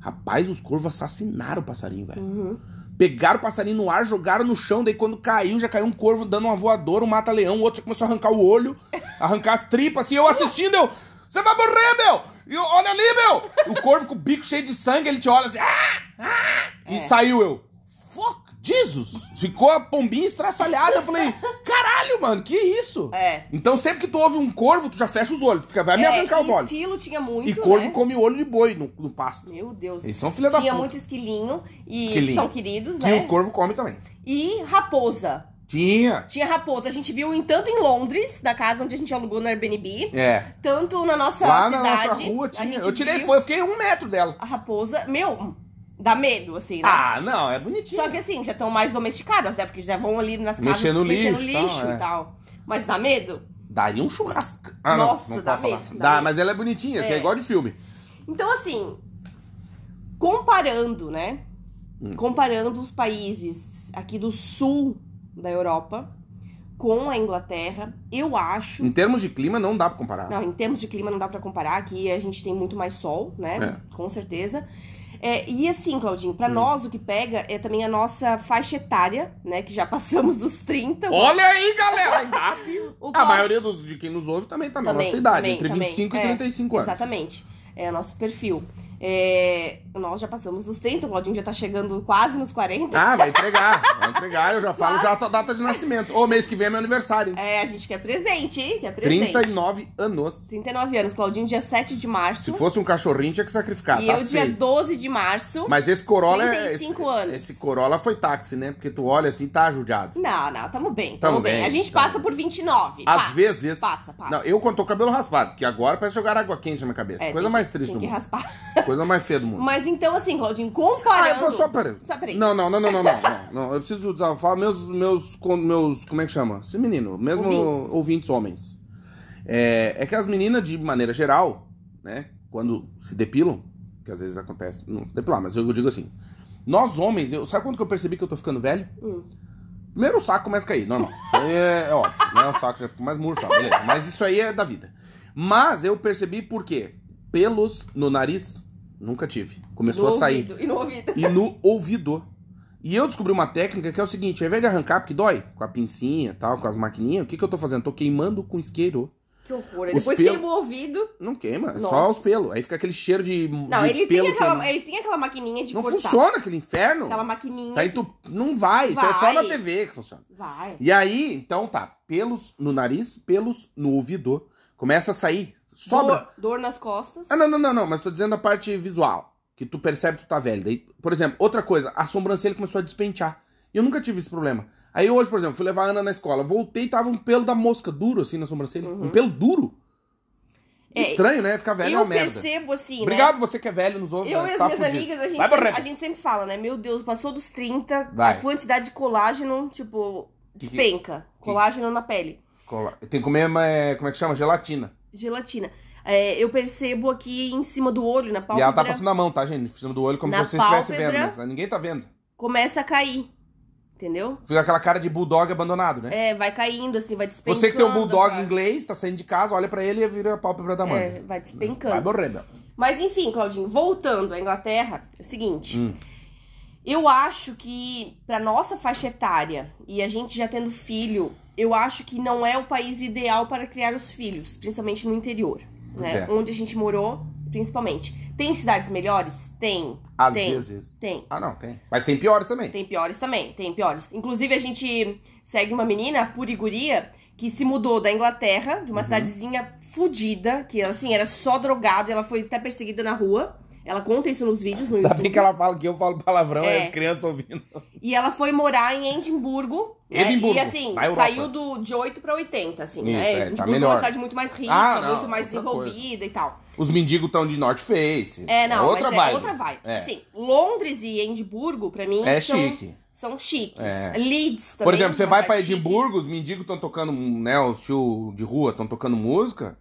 Rapaz, os corvos assassinaram o passarinho, velho.
Uhum.
Pegaram o passarinho no ar, jogaram no chão, daí quando caiu, já caiu um corvo dando uma voadora, um mata-leão, o outro já começou a arrancar o olho, arrancar as tripas, assim, eu assistindo, eu, você vai morrer, meu! E eu, olha ali, meu! O corvo com o bico cheio de sangue, ele te olha assim, ah, ah, e
É.
saiu eu, fuck, Jesus! Ficou a pombinha estraçalhada, eu falei, caralho, mano, que isso?
É.
Então sempre que tu ouve um corvo, tu já fecha os olhos, tu fica, vai me
É,
arrancar os
e
olhos.
Esquilo tinha muito,
E corvo
né?
come olho de boi no, no pasto.
Meu Deus.
Eles são filha da
Tinha
puta.
muito esquilinho e
Esquilinho.
são queridos,
Que
né?
os corvos comem também.
E raposa.
Tinha.
Tinha raposa. A gente viu em- tanto em Londres, da casa onde a gente alugou no Airbnb,
É.
tanto na nossa
Lá
cidade.
na nossa rua
a
tinha.
gente
Eu tirei
viu
foi, eu fiquei um metro dela.
A raposa, meu, dá medo, assim, né?
Ah, não, é bonitinho.
Só que assim, já estão mais domesticadas, né? Porque já vão ali nas
Mexer
casas
no
mexendo
lixo, tal, é.
e tal. Mas dá medo?
Daria um churrasco. Ah, não,
Nossa,
não
dá
pode falar.
medo,
Dá,
dá medo.
mas ela é bonitinha, assim, é.
É.
igual de filme.
Então, assim, comparando, né?
Hum.
Comparando os países aqui do sul da Europa com a Inglaterra, eu acho.
Em termos de clima, não dá pra comparar.
Não, em termos de clima não dá pra comparar, aqui a gente tem muito mais sol, né?
É. Hum.
Com certeza. É, e assim, Claudinho, pra nós o que pega é também a nossa faixa etária, né? Que já passamos dos 30.
Olha aí, galera! a idade.
O
A
Clau-
maioria dos, tá, de quem nos ouve também tá na
Também,
nossa idade,
também,
entre
também.
25 e
É,
35 anos.
Exatamente. É o nosso perfil. É, nós já passamos dos 30, o Claudinho já tá chegando quase nos 40.
Ah, vai entregar, vai entregar, eu já falo já a tua data de nascimento. Ou mês que vem é meu aniversário. hein?
É, a gente quer presente, hein? Quer presente.
39 anos.
39 anos, Claudinho, dia 7 de março.
Se fosse um cachorrinho, tinha que sacrificar.
Uhum. e
tá
eu, dia
feio.
12 de março.
Mas esse Corolla é. Esse,
35 anos.
esse Corolla foi táxi, né? Porque tu olha assim, tá judiado.
Não, não, tamo bem, tamo,
Tamo
bem.
bem,
A gente
tamo
passa por 29.
Às
passa,
vezes.
Passa, passa.
Não, eu quando tô com o cabelo raspado, porque agora parece jogar água quente na minha cabeça.
É,
Coisa
tem
mais
que-
triste
tem
do
que
mundo.
raspar.
Coisa mais feia do mundo.
Mas então, assim, Claudinho,
Ah,
comparando...
eu posso só peraí.
Só peraí.
Não, não, não, não, não, não, não, não. Eu preciso usar- falar meus, meus, com- meus, como é que chama? Esse menino, mesmo
Ouvintes.
ouvintes, homens. É, é que as meninas, de maneira geral, né, quando se depilam, que às vezes acontece, não se depilar, mas eu digo assim, nós homens, eu, sabe quando que eu percebi que eu tô ficando velho?
Hum.
Primeiro o saco começa a cair, normal. Isso aí é, é óbvio, né? O saco já fica mais murcho, tá, beleza. Mas isso aí é da vida. Mas eu percebi por quê? Pelos no nariz, nunca tive.
no
Começou a sair
ouvido, e no ouvido.
e no ouvido. E eu descobri uma técnica que é o seguinte: ao invés de arrancar, porque dói, com a pincinha e tal, com as maquininhas, o que, que eu tô fazendo? Tô queimando com isqueiro.
Que horror.
Os
Depois
pelos-
queima o ouvido.
Não queima, é
Nossa.
só os pelos. Aí fica aquele cheiro de.
Não,
de
ele
pelo
tem,
que
aquela, ele tem aquela maquininha de
Não
cortar.
funciona aquele inferno. Tá
Aquela maquininha.
Aí tu. Não vai, isso é só
Vai.
na TV que funciona.
Vai.
E aí, então tá, pelos no nariz, pelos no ouvido. Começa a sair. Sobra.
Dor, dor nas costas.
Ah, não, não, não, não, mas tô dizendo a parte visual. Que tu percebe que tu tá velho. Daí, por exemplo, outra coisa, a sobrancelha começou a despentear. E eu nunca tive esse problema. Aí hoje, por exemplo, fui levar a Ana na escola, voltei e tava um pelo da mosca duro assim na sobrancelha. Um pelo duro.
Uhum. É,
Estranho, né? Ficar velho é
eu
uma merda.
percebo assim,
Obrigado,
né?
você que é velho nos outros.
Eu e as minhas amigas, a gente,
Vai
sempre,
morrer.
a gente sempre fala, né? Meu Deus, passou dos 30,
Vai.
a quantidade de colágeno, tipo,
Que que-
despenca. Colágeno na pele.
Cola- Tem que comer, é, como é que chama? Gelatina.
Gelatina. É, eu percebo aqui em cima do olho, na
E
pálpebra,
ela tá passando a mão, tá, gente? Em cima do olho, como
Na
se você estivesse
pálpebra.
vendo. Mas ninguém tá vendo.
começa a cair. Entendeu?
Fica aquela cara de bulldog abandonado, né?
É, vai caindo, assim, vai despencando.
Você que tem um bulldog
vai-
inglês, tá saindo de casa, olha pra ele e vira a pálpebra da mãe.
É, vai despencando.
Vai morrer, meu.
Mas enfim, Claudinho, voltando à Inglaterra, é o seguinte.
Hum.
Eu acho que, pra nossa faixa etária, e a gente já tendo filho, eu acho que não é o país ideal para criar os filhos, principalmente no interior, né?
Pois é.
Onde a gente morou, principalmente. Tem cidades melhores? Tem.
Às
tem.
vezes.
Tem.
Ah, não, tem. Mas tem piores também.
Tem piores também, tem piores. Inclusive, a gente segue uma menina, a Puriguria, que se mudou da
Uhum.
Inglaterra, de uma cidadezinha fudida, que assim, era só drogado, e ela foi até perseguida na rua. Ela conta isso nos vídeos no
Ainda
YouTube.
bem que ela fala que eu falo palavrão, é.
É.
as crianças ouvindo.
E ela foi morar em Edimburgo. né?
Edimburgo,
E assim,
na Europa.
saiu do, de 8 pra 80, assim,
Isso,
né?
é, tá
Edimburgo é
melhor.
uma cidade muito mais rica,
Ah, não,
muito mais
outra coisa.
desenvolvida e tal.
Os mendigos estão de North Face.
É, não,
outra
mas
vibe.
é outra vibe.
É.
Assim, Londres e Edimburgo, pra mim,
É
são,
chique.
são chiques.
É.
Leeds também.
Por exemplo, você
uma
vai pra
cidade chique.
Edimburgo, os mendigos estão tocando, né, os tio de rua estão tocando música.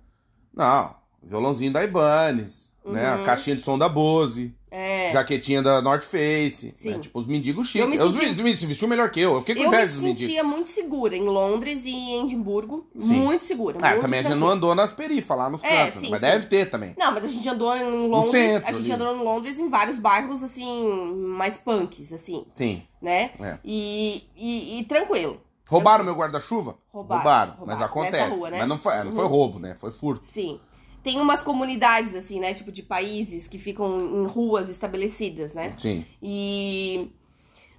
Não, violãozinho da Ibanez, né, a
Uhum.
caixinha de som da Bose,
É.
jaquetinha da North Face.
Sim.
né, tipo, os mendigos
Eu me
chiques. Os
senti-
mendigos se vestiam melhor que eu, eu fiquei com
Eu me
inveja dos mendigos.
sentia muito segura em Londres e em Edimburgo.
Sim.
Muito segura.
Ah,
muito
também a gente não
tranquila.
andou nas perifas, lá nos
É,
cantos,
sim,
mas
sim.
deve ter também.
Não, mas a gente andou em Londres.
centro,
a gente
ali.
andou em Londres em vários bairros, assim, mais punks, assim,
Sim,
né?
é.
E, e, e tranquilo.
Roubaram meu guarda-chuva?
Roubaram,
mas
roubaram.
acontece.
Nessa rua, né?
Mas não foi, é, não foi roubo, né? Foi furto.
Sim. Tem umas comunidades, assim, né? Tipo, de países que ficam em ruas estabelecidas, né?
Sim.
E.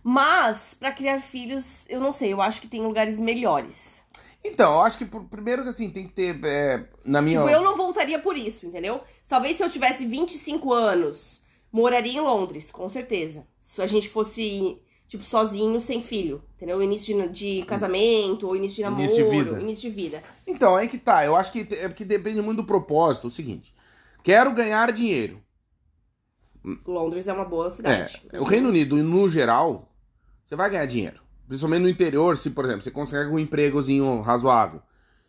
Mas, pra criar filhos, eu não sei, eu acho que tem lugares melhores.
Então, eu acho que por- primeiro que assim, tem que ter. é, na minha.
Tipo, eu não voltaria por isso, entendeu? Talvez se eu tivesse 25 anos, moraria em Londres, com certeza. Se a gente fosse, tipo, sozinho, sem filho, entendeu? Início de, de casamento, ou início de namoro,
Início de vida.
início de vida.
Então, aí que tá. Eu acho que te- é porque depende muito do propósito. É O seguinte: quero ganhar dinheiro.
Londres é uma boa cidade.
É. O Reino Unido, no geral, você vai ganhar dinheiro. Principalmente no interior, se, por exemplo, você consegue um empregozinho razoável.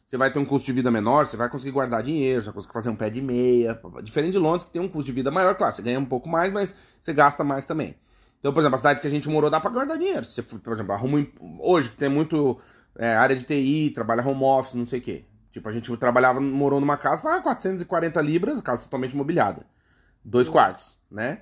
Você vai ter um custo de vida menor, você vai conseguir guardar dinheiro, você vai conseguir fazer um pé de meia. Diferente de Londres, que tem um custo de vida maior, claro, você ganha um pouco mais, mas você gasta mais também. Então, por exemplo, a cidade que a gente morou dá pra guardar dinheiro. Se Você, por exemplo, arruma. um em- Hoje, que tem muito é, área de TI, trabalha home office, não sei o quê. Tipo, a gente trabalhava, morou numa casa, pagava 440 libras, casa totalmente mobiliada. Dois quartos, né?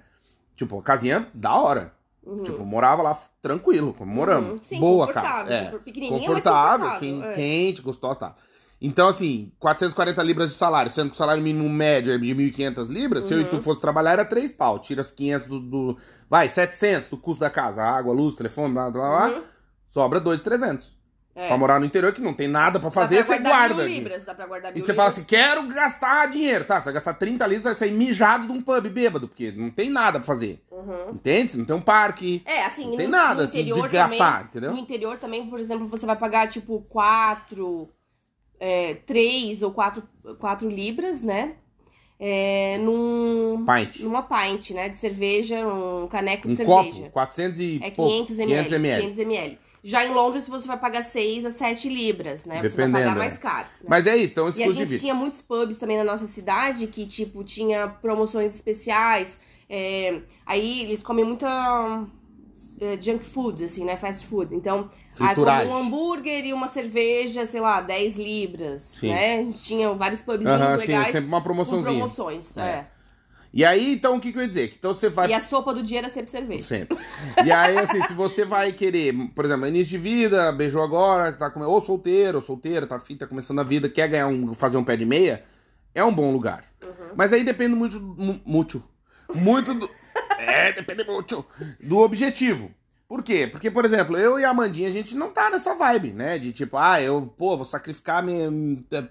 Tipo, casinha da hora.
Uhum.
Tipo, morava lá f- tranquilo, como moramos.
Uhum. Sim,
Boa
confortável,
casa. É.
confor- pequenininha, mas
Confortável,
confortável,
quem-
é.
quente, gostosa, tá. Então, assim, 440 libras de salário, sendo que o salário mínimo médio é de 1.500 libras, se eu e
Uhum.
tu fosse trabalhar era 3 pau. Tira as 500 do, do- Vai, 700 do custo da casa, água, luz, telefone, blá, blá, blá.
Uhum.
Sobra 2,300.
É.
Pra morar no interior que não tem nada pra
Dá
fazer,
pra
você
guardar
guarda.
Mil
ali.
libras, dá pra guardar
E
mil
você fala
libras.
assim, quero gastar dinheiro. Tá, você vai gastar 30 libras, vai sair mijado de um pub bêbado, porque não tem nada pra fazer.
Uhum.
Entende? Você não tem um parque.
É, assim,
Não tem
no-
nada,
no
assim, de
interior
gastar,
também-
entendeu?
No interior também, por exemplo, você vai pagar, tipo, quatro, é, três ou quatro, quatro libras, né? É, num,
Pint.
numa pint, né? De cerveja, um caneco de
Um
cerveja.
copo, 400 e
É
pouco,
500 ml,
500 ml.
Já em Londres, você vai pagar 6 a 7 libras, né? você vai
Dependendo,
pagar
é.
mais caro. né?
Mas é isso, então
E a gente
exclusivo.
tinha muitos pubs também na nossa cidade que, tipo, tinha promoções especiais. é, aí eles comem muita é, junk food, assim, né? Fast food. Então, aí
Frituragem.
comia um hambúrguer e uma cerveja, sei lá, 10 libras,
Sim.
né? Tinha vários pubzinhos
Aham, sim,
legais
é sempre uma
com
promoçãozinha.
promoções. é.
E aí, então, o que, que eu ia dizer? Que Então você vai.
E a sopa do dia era sempre cerveja.
Sempre. E aí, assim, se você vai querer, por exemplo, início de vida, beijou agora, tá come... ou solteiro, ou solteira, tá fita, começando a vida, quer ganhar um, fazer um pé de meia, é um bom lugar. Mas aí depende muito, do- mu- muito, muito do... é, depende muito do objetivo. Por quê? Porque, por exemplo, eu e a Amandinha, a gente não tá nessa vibe, né? De tipo, ah, eu, pô, vou sacrificar, minha,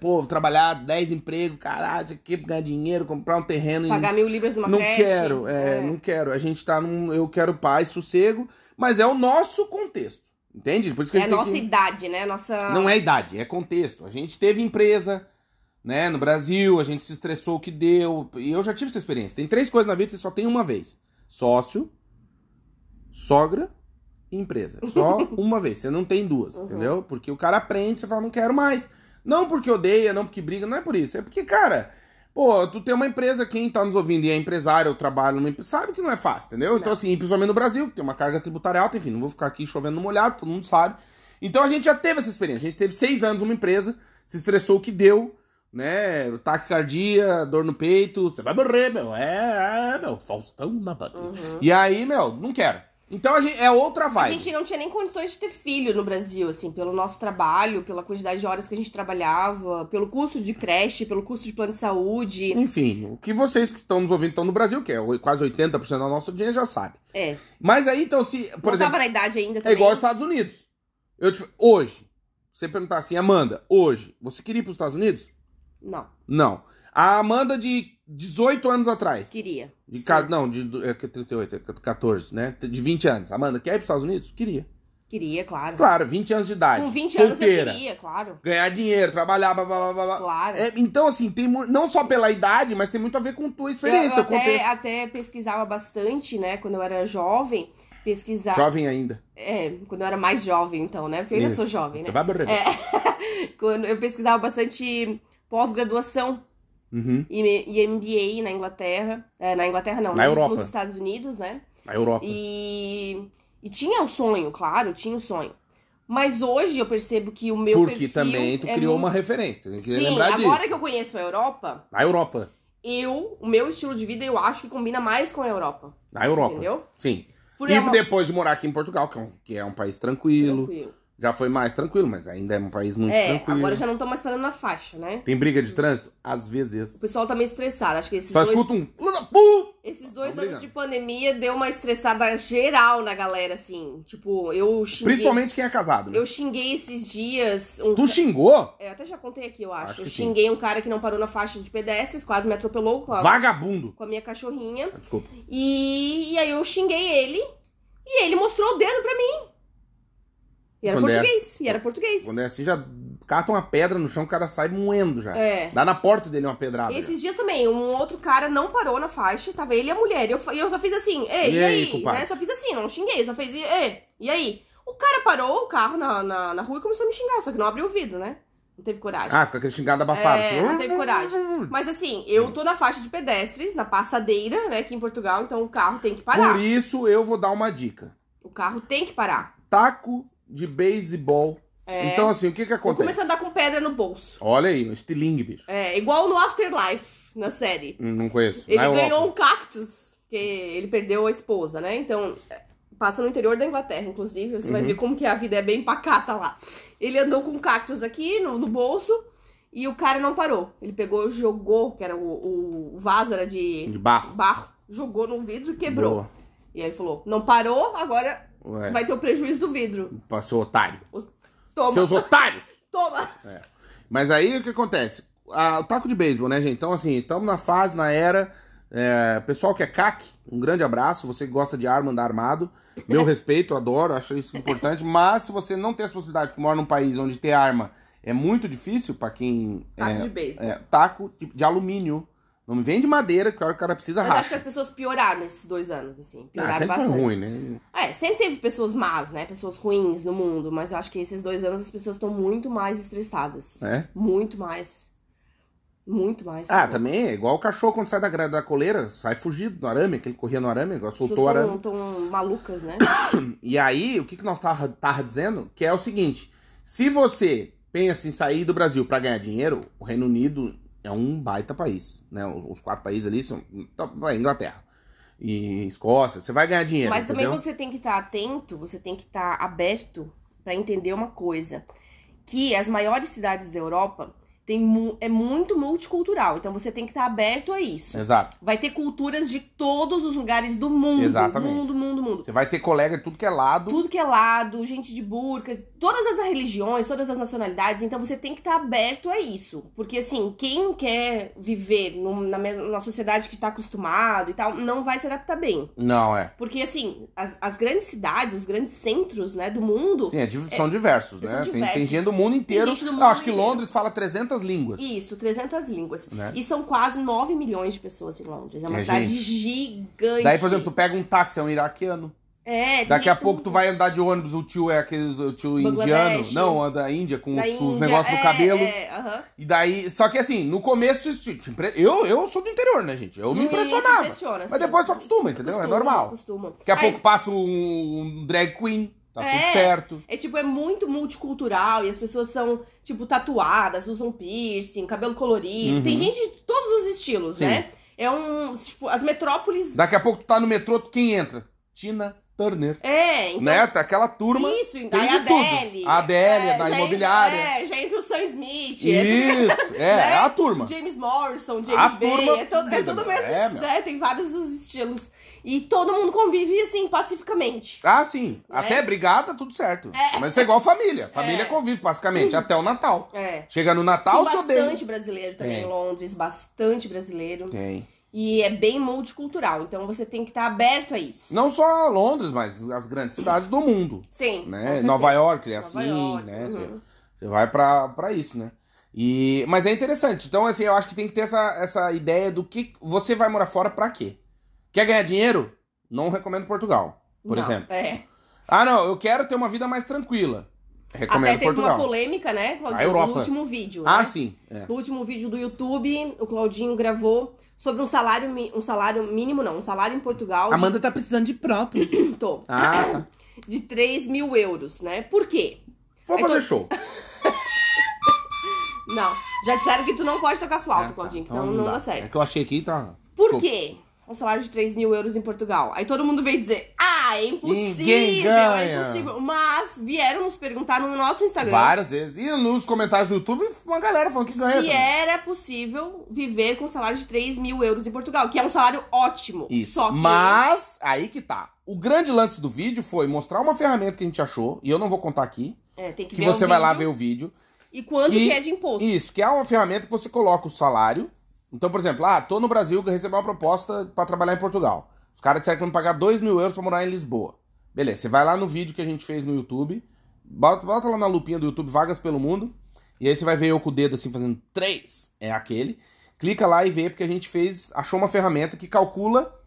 pô, vou trabalhar 10 empregos, caralho, isso aqui, ganhar dinheiro, comprar um terreno em
Pagar mil libras numa
não
creche.
quero, é, não quero. A gente tá num. Eu quero paz, sossego, mas é o nosso contexto. Entende? Por isso que
É
a
a
gente tem
nossa
que-
idade, né? A Nossa...
Não é idade, é contexto. A gente teve empresa, né, no Brasil, a gente se estressou o que deu. E eu já tive essa experiência. Tem três coisas na vida que você só tem uma vez: sócio, sogra e empresa. Só uma vez. Você não tem duas,
Uhum.
entendeu? Porque o cara aprende, você fala, não quero mais. Não porque odeia, não porque briga, não é por isso. É porque, cara, pô, tu tem uma empresa, quem tá nos ouvindo e é empresário ou trabalha numa empresa, sabe que não é fácil, entendeu? Então, assim, principalmente no Brasil, que tem uma carga tributária alta, enfim, não vou ficar aqui chovendo no molhado, todo mundo sabe. Então a gente já teve essa experiência. A gente teve seis anos numa empresa, se estressou o que deu, né? Taquicardia, dor no peito, você vai morrer, meu. É, é, meu, Faustão na banda. E aí, meu, não quero. Então a gente é outra
A
vibe.
gente não tinha nem condições de ter filho no Brasil, assim, pelo nosso trabalho, pela quantidade de horas que a gente trabalhava, pelo custo de creche, pelo custo de plano de saúde.
Enfim, o que vocês que estão nos ouvindo estão no Brasil, que é o- quase 80% da nossa audiência, já sabe.
É.
Mas aí, então, se, por
não
exemplo,
tava na idade ainda
é
também.
igual aos Estados Unidos. Eu te- hoje, você perguntar assim, Amanda, hoje, você queria ir para os Estados Unidos?
Não.
Não. A Amanda de 18 anos atrás.
Queria.
De, ca- não, de do- é, que é 38, é 14, né? De 20 anos. Amanda, quer ir pros Estados Unidos? Queria.
Queria, claro.
Claro, 20 anos de idade.
Com 20
solteira.
anos eu queria, claro.
Ganhar dinheiro, trabalhar, blá, blá, blá, blá, blá.
Claro.
É, então, assim, tem mu- não só pela idade, mas tem muito a ver com tua experiência,
eu é,
teu
até,
contexto.
até pesquisava bastante, né? Quando eu era jovem, pesquisava.
Jovem ainda.
É, quando eu era mais jovem, então, né? Porque eu ainda
Isso.
sou jovem,
Você
né?
vai morrer.
É. quando eu pesquisava bastante pós-graduação
Uhum.
e, me- e MBA na Inglaterra. É, na Inglaterra, não,
Na
nos,
Europa.
nos Estados Unidos, né?
A Europa.
E, e tinha o sonho, claro, tinha o sonho. Mas hoje eu percebo que o meu
Porque
perfil
também tu
é
criou
muito-
uma referência. Tem que
Sim,
lembrar disso.
agora que eu conheço a Europa,
Na Europa.
eu, o meu estilo de vida eu acho que combina mais com a Europa.
Na Europa.
Entendeu?
Sim.
Por
e
é uma-
depois de morar aqui em Portugal, que é um, que é um país tranquilo,
Tranquilo.
Já foi mais tranquilo, mas ainda é um país muito
É,
tranquilo.
agora já não tô mais parando na faixa, né?
Tem briga de trânsito? Às
O
vezes.
pessoal tá meio estressado. Acho que esses
Só
dois,
escuta um. Pu!
esses dois
Tão
anos
brigando.
de pandemia deu uma estressada geral na galera, assim. Tipo, eu xinguei.
Principalmente quem é casado. Né?
Eu xinguei esses dias. Um...
Tu xingou?
É, até já contei aqui, eu acho.
Acho
eu
que sim.
xinguei um cara que não parou na faixa de pedestres, quase me atropelou com a,
Vagabundo.
com a minha cachorrinha.
Ah, Desculpa.
E, e aí eu xinguei ele e ele mostrou o dedo pra mim. E era
Quando é
português. E era português.
Quando é assim, já cata uma pedra no chão, o cara sai moendo já.
É.
Dá na porta dele uma pedrada. já.
Esses dias também, um outro cara não parou na faixa, tava ele e a mulher. E eu, fa- e eu só fiz assim, ei,
E
e,
aí,
aí?
compadre?
né? Só fiz assim, não xinguei, só fiz, ei, e aí? O cara parou o carro na, na, na rua e começou a me xingar, só que não abriu o vidro, né? Não teve coragem.
Ah, fica aquele xingado abafado.
É, não teve coragem.
Hum.
Mas assim, eu tô na faixa de pedestres, na passadeira, né, aqui em Portugal, então o carro tem que parar.
Por isso eu vou dar uma dica.
O carro tem que parar.
Taco de beisebol.
É.
Então, assim, o que que
Vou
acontece?
começar a andar com pedra no bolso.
Olha aí, um estilingue, bicho.
É, igual no Afterlife, na série.
Hum, Não conheço.
Ele
Na Europa.
ganhou um cactus, porque ele perdeu a esposa, né? Então, é, passa no interior da Inglaterra, inclusive. Você vai
Uhum.
ver como que a vida é bem pacata lá. Ele andou com um cactus aqui no, no bolso e o cara não parou. Ele pegou, jogou, que era o, o vaso era de,
De barro.
barro, jogou no vidro e quebrou.
Boa. É.
E aí ele falou: não parou, agora
Ué,
um vai ter o prejuízo do vidro.
seu otário.
Os- Toma,
Seus otários!
toma!
É. Mas aí o que acontece? Ah, o taco de beisebol, né, gente? Então, assim, estamos na fase, na era. é, pessoal que é CAC, um grande abraço. Você que gosta de arma, andar armado. Meu respeito, adoro, acho isso importante. Mas se você não tem essa possibilidade, que mora num país onde ter arma é muito difícil pra quem.
Taco
é,
de beisebol.
é, taco de, de alumínio. Não me vem de madeira, que a hora que o cara precisa
Mas acho que
racha.
as pessoas pioraram nesses dois anos, assim.
Ah,
Pioraram
sempre foi
bastante.
ruim, né?
É, sempre teve pessoas más, né? Pessoas ruins no mundo, mas eu acho que esses dois anos as pessoas estão muito mais estressadas.
É?
Muito mais. Muito mais.
Ah, também é igual o cachorro quando sai da, gra- da coleira, sai fugido do arame, aquele que corria no arame, agora
As
soltou o
pessoas
arame.
estão malucas, né?
E aí, o que, que nós tava, tava dizendo? Que é o seguinte: se você pensa em sair do Brasil para ganhar dinheiro, o Reino Unido é um baita país. Né? Os, os quatro países ali são. tá, vai, Inglaterra e Escócia, você vai ganhar dinheiro.
mas também
entendeu?
você tem que estar atento, você tem que estar aberto pra entender uma coisa. Que as maiores cidades da Europa tem mu- é muito multicultural, então você tem que estar aberto a isso.
Exato.
Vai ter culturas de todos os lugares do mundo.
Exatamente.
Mundo, mundo, mundo.
Você vai ter colega de tudo que é lado.
tudo que é lado, gente de burca, todas as religiões, todas as nacionalidades, então você tem que estar aberto a isso. Porque assim, quem quer viver num- na, mes- na sociedade que está acostumado e tal, não vai se adaptar bem.
Não, é.
Porque assim, as, as grandes cidades, os grandes centros, né, do mundo,
Sim, é div- são diversos,
são
né? Tem- Tem,
diversos.
gente do mundo inteiro.
gente do mundo
Eu acho que
inteiro.
Londres fala 300 línguas.
isso, 300 línguas.
Né?
E são quase 9 milhões de pessoas em Londres. É uma
É,
cidade
gente.
gigante.
Daí, por exemplo, tu pega um táxi, é um iraquiano.
é, tem
Daqui a
gente
pouco tu
do-
vai andar de ônibus, o tio é aqueles, o tio indiano.
Bangladesh.
Não, anda da Índia com
da
os, os
Índia,
negócios
é,
no cabelo.
É, aham.
E daí, só que assim, no começo isso te- te impre- eu eu sou do interior, né, gente? Eu me
Não, isso
impressionava.
impressiona,
mas
sim.
depois tu acostuma, entendeu? é
Acostuma,
normal.
Acostuma.
Daqui a
Aí-
pouco passa um, um drag queen, tá tudo
É.
certo.
É tipo, é muito multicultural e as pessoas são, tipo, tatuadas, usam piercing, cabelo colorido.
Uhum.
Tem gente de todos os estilos,
Sim.
né? É um. Tipo, as metrópoles.
Daqui a pouco tu tá no metrô, tu- quem entra? Tina Turner.
É, então.
né? Tá aquela turma.
Isso, então. Aí
tem de
a Adele.
tudo. A Adele, da
já entra-
imobiliária.
É, já entra o Sam Smith. entra-
Isso, é,
né?
é a turma.
James Morrison,
A
James Bay,
turma
é todo, é
fudida,
todo o
meu.
mesmo,
É, meu.
né? Tem vários os estilos. E todo mundo convive, assim, pacificamente.
Ah, sim. Até brigada, tudo certo.
Né? É.
Mas isso é igual família. Família
É.
convive, basicamente, até o Natal.
É.
Chega no
Tem
Natal, se odeia.
bastante brasileiro também
Tem.
em Londres, bastante brasileiro.
Tem.
E é bem multicultural, então você tem que estar aberto a isso.
Não só Londres, mas as grandes cidades do mundo.
Sim. com
né?
certeza.
Nova York é
Nova
assim,
York,
né?
uhum.
Você você vai pra pra isso, né? E, mas é interessante. Então, assim, eu acho que tem que ter essa, essa ideia do que você vai morar fora pra quê? Quer ganhar dinheiro? Não recomendo Portugal, por
Não,
exemplo.
É.
Ah, não, eu quero ter uma vida mais tranquila. Recomendo
Até teve
Portugal.
uma polêmica, né, Claudinho,
Europa.
no último vídeo.
ah,
né?
sim. é.
No último vídeo do YouTube, o Claudinho gravou sobre um salário, mi- um salário mínimo, não, um salário em Portugal de-
Amanda tá precisando de próprios.
Tô.
Ah, tá.
de 3 mil euros, né? Por quê?
Vou
Aí
fazer
tô-
show. É,
Não, já disseram que tu não pode tocar flauta,
Ah, tá.
Claudinho, que
Então
não, não dá
É
certo.
que eu achei aqui, tá.
Por
Desculpa.
quê? Um salário de 3 mil euros em Portugal. Aí todo mundo veio dizer, ah, é
Ninguém
impossível,
ganha.
é impossível. Mas vieram nos perguntar no nosso Instagram
Várias vezes. E nos comentários do YouTube, uma galera falando que ganha.
se é,
também.
era possível viver com um salário de 3 mil euros em Portugal, que é um salário ótimo.
Isso.
Só que
Mas, aí que tá. O grande lance do vídeo foi mostrar uma ferramenta que a gente achou, e eu não vou contar aqui,
é, tem que,
que,
ver
você
o
vai lá ver
vídeo
o vídeo.
E quanto
que-
que... é de imposto.
Isso, que é uma ferramenta que você coloca o salário. Então, por exemplo, ah, tô no Brasil, recebi uma proposta pra trabalhar em Portugal. Os caras disseram que vão me pagar 2 mil euros pra morar em Lisboa. Beleza, você vai lá no vídeo que a gente fez no YouTube, bota, bota lá na lupinha do YouTube Vagas pelo Mundo, e aí você vai ver eu com o dedo assim fazendo 3, é aquele. Clica lá e vê, porque a gente fez, achou uma ferramenta que calcula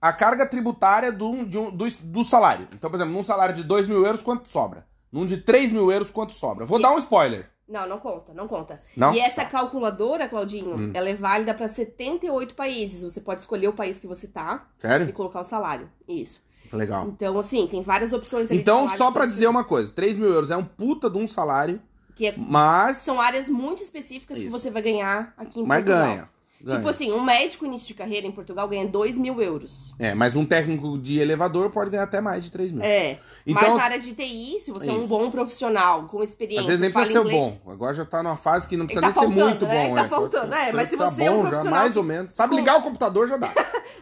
a carga tributária do, de um- do, do salário. Então, por exemplo, num salário de 2 mil euros, quanto sobra? Num de 3 mil euros, quanto sobra? Vou dar um spoiler.
Não, não conta, não conta.
Não? Hum.
E essa
Tá.
calculadora, Claudinho, ela é válida pra 78 países. Você pode escolher o país que você tá
Sério?
e colocar o salário. Isso.
Legal.
Então, assim, tem várias opções ali de
Então,
salário
só pra
que-
dizer uma coisa: 3 mil euros é um puta de um salário,
Que é-
mas.
são áreas muito específicas que
Isso.
você vai ganhar aqui em
mas
Portugal.
ganha. ganha.
Tipo assim, um médico início de carreira em Portugal ganha 2 mil euros.
É, mas um técnico de elevador pode ganhar até mais de 3 mil.
É.
então,
Mas na área de TI, se você é
Isso.
um bom profissional, com experiência,
às vezes nem
fala
precisa ser
inglês,
bom. Agora já tá numa fase que não
É que
precisa
tá
nem ser
faltando,
muito
né? É que
bom.
tá
pode ser-
faltando, é, mas se
tá
você é um
bom já,
profissional
mais
que-
ou menos. Sabe
com-
ligar o computador já dá.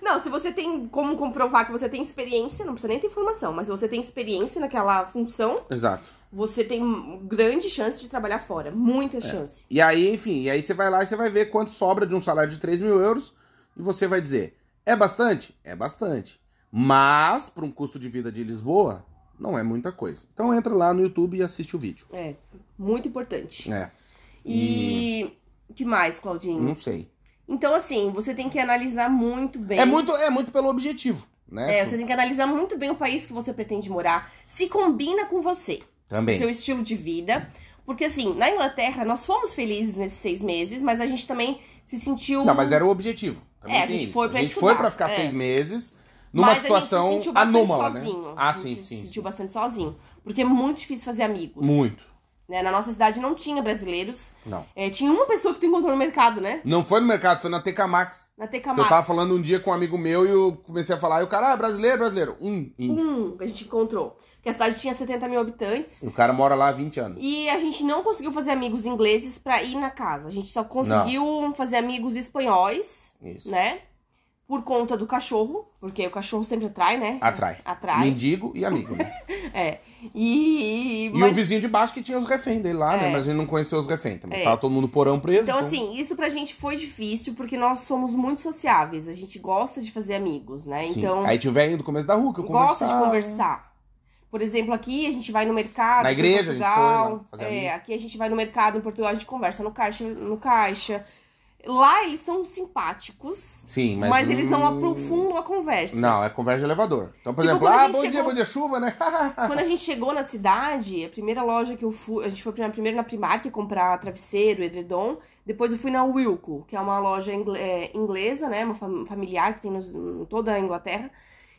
Não, se você tem como comprovar que você tem experiência, não precisa nem ter formação, mas se você tem experiência naquela função,
Exato.
você tem grande chance de trabalhar fora.
É.
Muita chance.
E aí, enfim, e aí você vai lá e você vai ver quanto sobra de um salário de 3 mil euros e você vai dizer, é bastante? É bastante. Mas, para um custo de vida de Lisboa, não é muita coisa. Então entra lá no YouTube e assiste o vídeo.
É, muito importante.
É,
E. o que mais, Claudinho?
não sei.
Então, assim, você tem que analisar muito bem.
É muito, é muito pelo objetivo, né?
É, você tem que analisar muito bem o país que você pretende morar. Se combina com você,
Também.
seu estilo de vida. Porque, assim, na Inglaterra, nós fomos felizes nesses seis meses, mas a gente também se sentiu.
Não, mas era um- o objetivo. Também
É, a
tem
gente
isso.
foi pra
A gente
estudar,
foi pra ficar
é.
seis meses numa
Mas a
situação
gente se sentiu bastante
anômala,
sozinho.
né? Ah,
a gente
sim,
se
sim.
sentiu bastante sozinho. Porque é muito difícil fazer amigos.
Muito.
né? Na nossa cidade não tinha brasileiros.
Não.
É, tinha uma pessoa que tu encontrou no mercado, né?
Não foi no mercado, foi na Tecamax.
Na
Eu
Tecamax.
tava falando um dia com um amigo meu e eu comecei a falar, e o cara, ah, brasileiro, brasileiro. Um índio.
Um que a gente encontrou. Porque a cidade tinha 70 mil habitantes.
E o cara mora lá há 20 anos.
E a gente não conseguiu fazer amigos ingleses pra ir na casa. A gente só conseguiu fazer amigos espanhóis,
Isso.
né? Por conta do cachorro, porque o cachorro sempre atrai, né?
Atrai.
Atrai.
Mendigo e amigo, né?
É. E,
e
mas-
o vizinho de baixo que tinha os reféns dele lá, né?
É.
Mas a gente não conheceu os reféns também.
É.
Tava todo mundo porão preso.
Então, assim, isso pra gente foi difícil, porque nós somos muito sociáveis, a gente gosta de fazer amigos, né?
sim.
Então,
Aí tinha o velhinho do começo da rua que eu
gosta de
conversava.
conversar. Por exemplo, aqui a gente vai no mercado.
Na
aqui em
igreja, a gente
Portugal,
foi lá fazer
é,
amigo.
aqui a gente vai no mercado, em Portugal a gente conversa no caixa. No caixa. Lá eles são simpáticos,
Sim, mas.
mas, eles não
hum,
aprofundam a conversa.
Não, é conversa de elevador. Então, por
Tipo,
exemplo,
quando a
ah,
gente
bom dia,
chegou-
bom dia, chuva, né?
Quando a gente chegou na cidade, a primeira loja que eu fui, a gente foi pri- primeiro na Primark comprar travesseiro, edredom, depois eu fui na Wilco, que é uma loja ingle- é, inglesa, né, uma fam- familiar que tem nos- em toda a Inglaterra,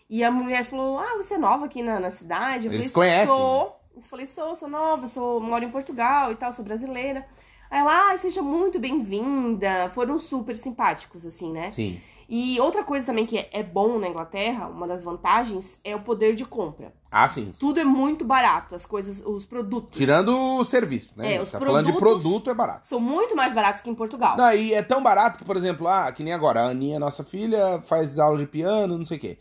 e a mulher falou, ah, você é nova aqui na, na cidade? Eu
Eles
falei,
conhecem. né?
Sou. Eu falei, sou, sou nova, sou, moro em Portugal e tal, sou brasileira. Aí ela, ah, seja muito bem-vinda, foram super simpáticos, assim, né?
Sim.
E outra coisa também que é- é bom na Inglaterra, uma das vantagens, é o poder de compra.
Ah, sim.
Tudo é muito barato, as coisas, os produtos.
Tirando o serviço, né?
É, os
tá falando de
produtos-
produto, é barato.
São muito mais baratos que em Portugal.
Não, e é tão barato que, por exemplo, ah, que nem agora, a Aninha, nossa filha, faz aula de piano, não sei o quê.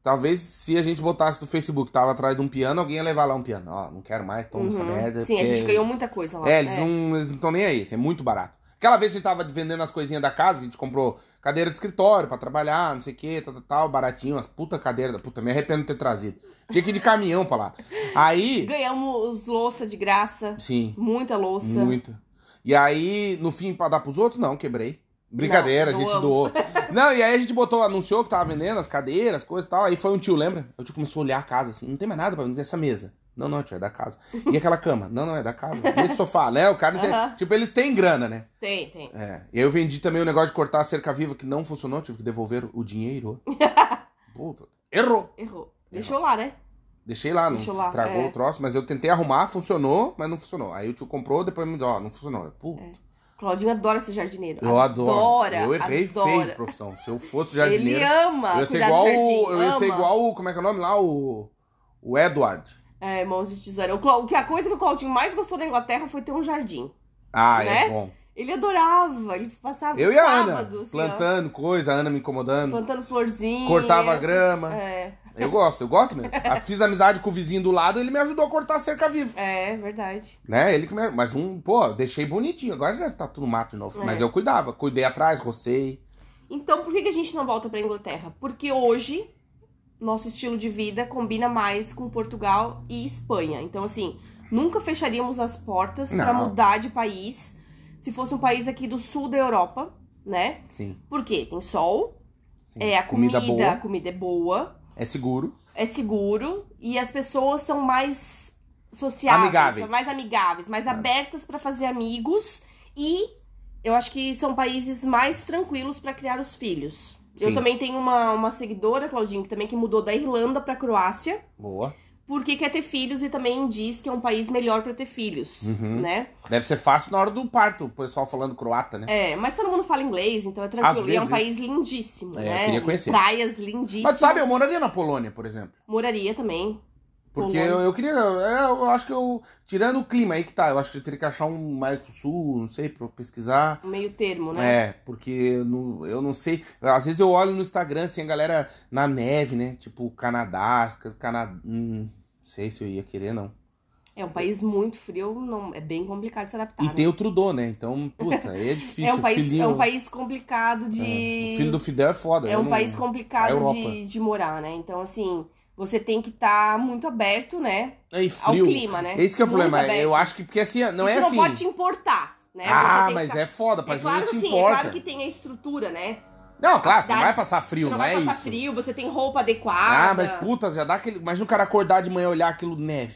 Talvez se a gente botasse do Facebook, tava atrás de um piano, alguém ia levar lá um piano. Ó, não quero mais, toma essa
Uhum.
merda.
Sim, a
porque-
gente ganhou um muita coisa lá.
É, eles não eles não estão nem aí, isso é muito barato. Aquela vez a gente tava vendendo as coisinhas da casa, que a gente comprou cadeira de escritório pra trabalhar, não sei o que, tal, tal, tal, baratinho, umas puta cadeira da puta, me arrependo de ter trazido. Tinha que ir de caminhão pra lá. Aí,
Ganhamos louça de graça,
sim,
muita louça.
muito. E aí, no fim, pra dar pros outros, não, quebrei. Brincadeira,
Não,
a gente doou.
doamos.
Não, e aí a gente botou, anunciou que tava vendendo as cadeiras, coisas e tal. Aí foi um tio, lembra? O tio começou a olhar a casa assim, não tem mais nada pra vender essa mesa. Não, não, tio, é da casa. E aquela cama? Não, não, é da casa. E esse sofá, né? O cara não tem...
Aham.
Tipo, eles têm grana, né?
Tem, tem.
É. E aí eu vendi também o negócio de cortar a cerca viva que não funcionou, tive que devolver o dinheiro. Puta, errou.
Errou. Deixou lá, né?
Deixei lá, não
Deixou lá,
estragou
é.
o troço, mas eu tentei arrumar, funcionou, mas não funcionou. Aí o tio comprou, depois me disse, ó, não funcionou. Eu, Puta,
Claudinho adora ser jardineiro.
eu adoro.
Adora,
eu errei
adora.
feio, profissão. Se eu fosse
Ele
jardineiro,
ama
eu ia ser
cuidar
igual
do jardim.
o, eu ia ser
ama.
igual o, como é que é o nome lá? O, o Edward.
É, mãos de tesoura. O Clau- o que- A coisa que o Claudinho mais gostou da Inglaterra foi ter um jardim.
Ah, é
Né?
bom.
Ele adorava. Ele passava
Eu e a
sábado,
Ana,
assim, ó,
plantando coisa, a Ana me incomodando,
plantando florzinha.
cortava grama.
É,
Eu gosto, eu gosto mesmo. Ah, Fiz amizade com o vizinho do lado, ele me ajudou a cortar a cerca viva.
é verdade.
Né? Ele que me... Mas um, pô, eu deixei bonitinho. Agora já tá tudo mato de novo.
É.
Mas eu cuidava. Cuidei atrás, rocei.
Então, por que que a gente não volta pra Inglaterra? Porque hoje, nosso estilo de vida combina mais com Portugal e Espanha. Então, assim, nunca fecharíamos as portas pra
Não.
mudar de país se fosse um país aqui do sul da Europa, né?
Sim.
Por quê? Tem sol,
sim.
é a comida, a
boa.
comida é boa,
É seguro.
é seguro e as pessoas são mais sociáveis,
Amigáveis.
são mais amigáveis, mais
É.
abertas pra fazer amigos e eu acho que são países mais tranquilos pra criar os filhos. Eu
Sim.
também tenho uma, uma seguidora, Claudinho, que também que mudou da Irlanda pra Croácia,
Boa.
porque quer ter filhos e também diz que é um país melhor pra ter filhos,
Uhum.
né?
Deve ser fácil na hora do parto, o pessoal falando croata, né?
É, mas todo mundo fala inglês, então é tranquilo. E é um
vezes.
país lindíssimo,
É, eu
né?
queria conhecer.
Praias lindíssimas.
Mas tu sabe, eu moraria na Polônia, por exemplo.
Moraria também.
Porque
Polônia.
eu, eu queria. Eu, eu acho que eu. Tirando o clima aí que tá, eu acho que eu teria que achar um mais pro sul, não sei, pra eu pesquisar.
Meio termo, né?
É, porque eu não, eu não sei. Às vezes eu olho no Instagram, assim, a galera na neve, né? Tipo, Canadá, as coisas- Cana... hum, não sei se eu ia querer, não.
É um país muito frio, não, é bem complicado de se adaptar.
E
né?
tem o Trudeau, né? Então, puta, aí é difícil.
é um país,
filhinho,
é um país complicado
é,
de.
O filho do Fidel é foda.
é
eu
um
não-
país
a
complicado
Europa.
de, de morar, né? Então, assim, você tem que estar muito aberto, né?
É, e
Ao
frio.
clima, né?
Esse que é o
Muito
problema.
aberto.
Eu acho que, porque assim, não
E
é
você
assim.
não pode te importar, né? Você
Ah,
tem
mas
que tá-
é foda, pra
É
gente
claro que
não
sim,
importa.
é claro que tem a estrutura, né?
Não, claro, você
cidade-
não vai passar frio,
você não,
não,
vai
é
passar
isso.
frio, você tem roupa adequada.
Ah, mas puta, já dá aquele. Imagina o cara acordar de manhã e olhar aquilo neve.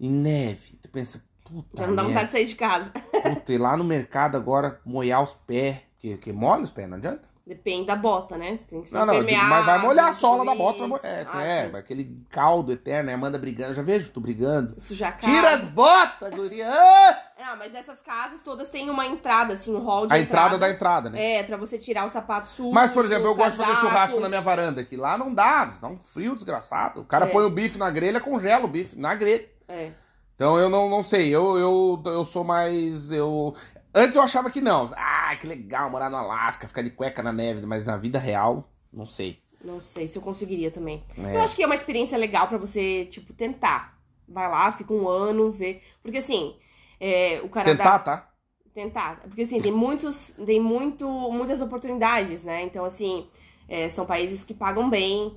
E neve. Tu pensa, puta.
Já não dá
merda.
vontade de sair de casa.
Puta, ir lá no mercado agora, molhar os pés. Que, que molha os pés, não adianta?
Depende da bota, né? Você tem que ser
Não, não, eu digo, mas vai
impermeável,
molhar a
tudo
sola da bota. vai
isso.
molhar. É,
Ah,
é,
sim.
vai aquele caldo eterno, né? Amanda brigando. Já vejo tu brigando.
Sujar a casa.
Tira as botas, guria! Ah!
Não, mas essas casas todas têm uma entrada, assim, um hall de
A entrada da entrada, né?
É, pra você tirar o sapato sujo.
Mas, por exemplo, eu
o
gosto de fazer
casaco.
churrasco na minha varanda, que lá não dá, dá um frio desgraçado. O cara
É.
põe o bife na grelha, congela o bife na grelha.
É.
Então eu não, não sei, eu, eu, eu sou mais. Eu... Antes eu achava que não. Ah, que legal morar no Alasca, ficar de cueca na neve, mas na vida real, não sei.
Não sei se eu conseguiria também.
É.
Eu acho que é uma experiência legal pra você, tipo, tentar. Vai lá, fica um ano, vê. Porque assim, é, o Canadá.
Tentar, tá?
Tentar. Porque assim, tem muitos. Tem muito, muitas oportunidades, né? Então, assim, é, são países que pagam bem,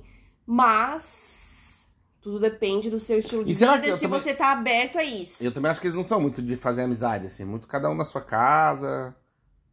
mas tudo depende do seu estilo de
E será
vida,
que eu
se
também-
você tá aberto a isso.
Eu também acho que eles não são muito de fazer amizade, assim, muito cada um na sua casa.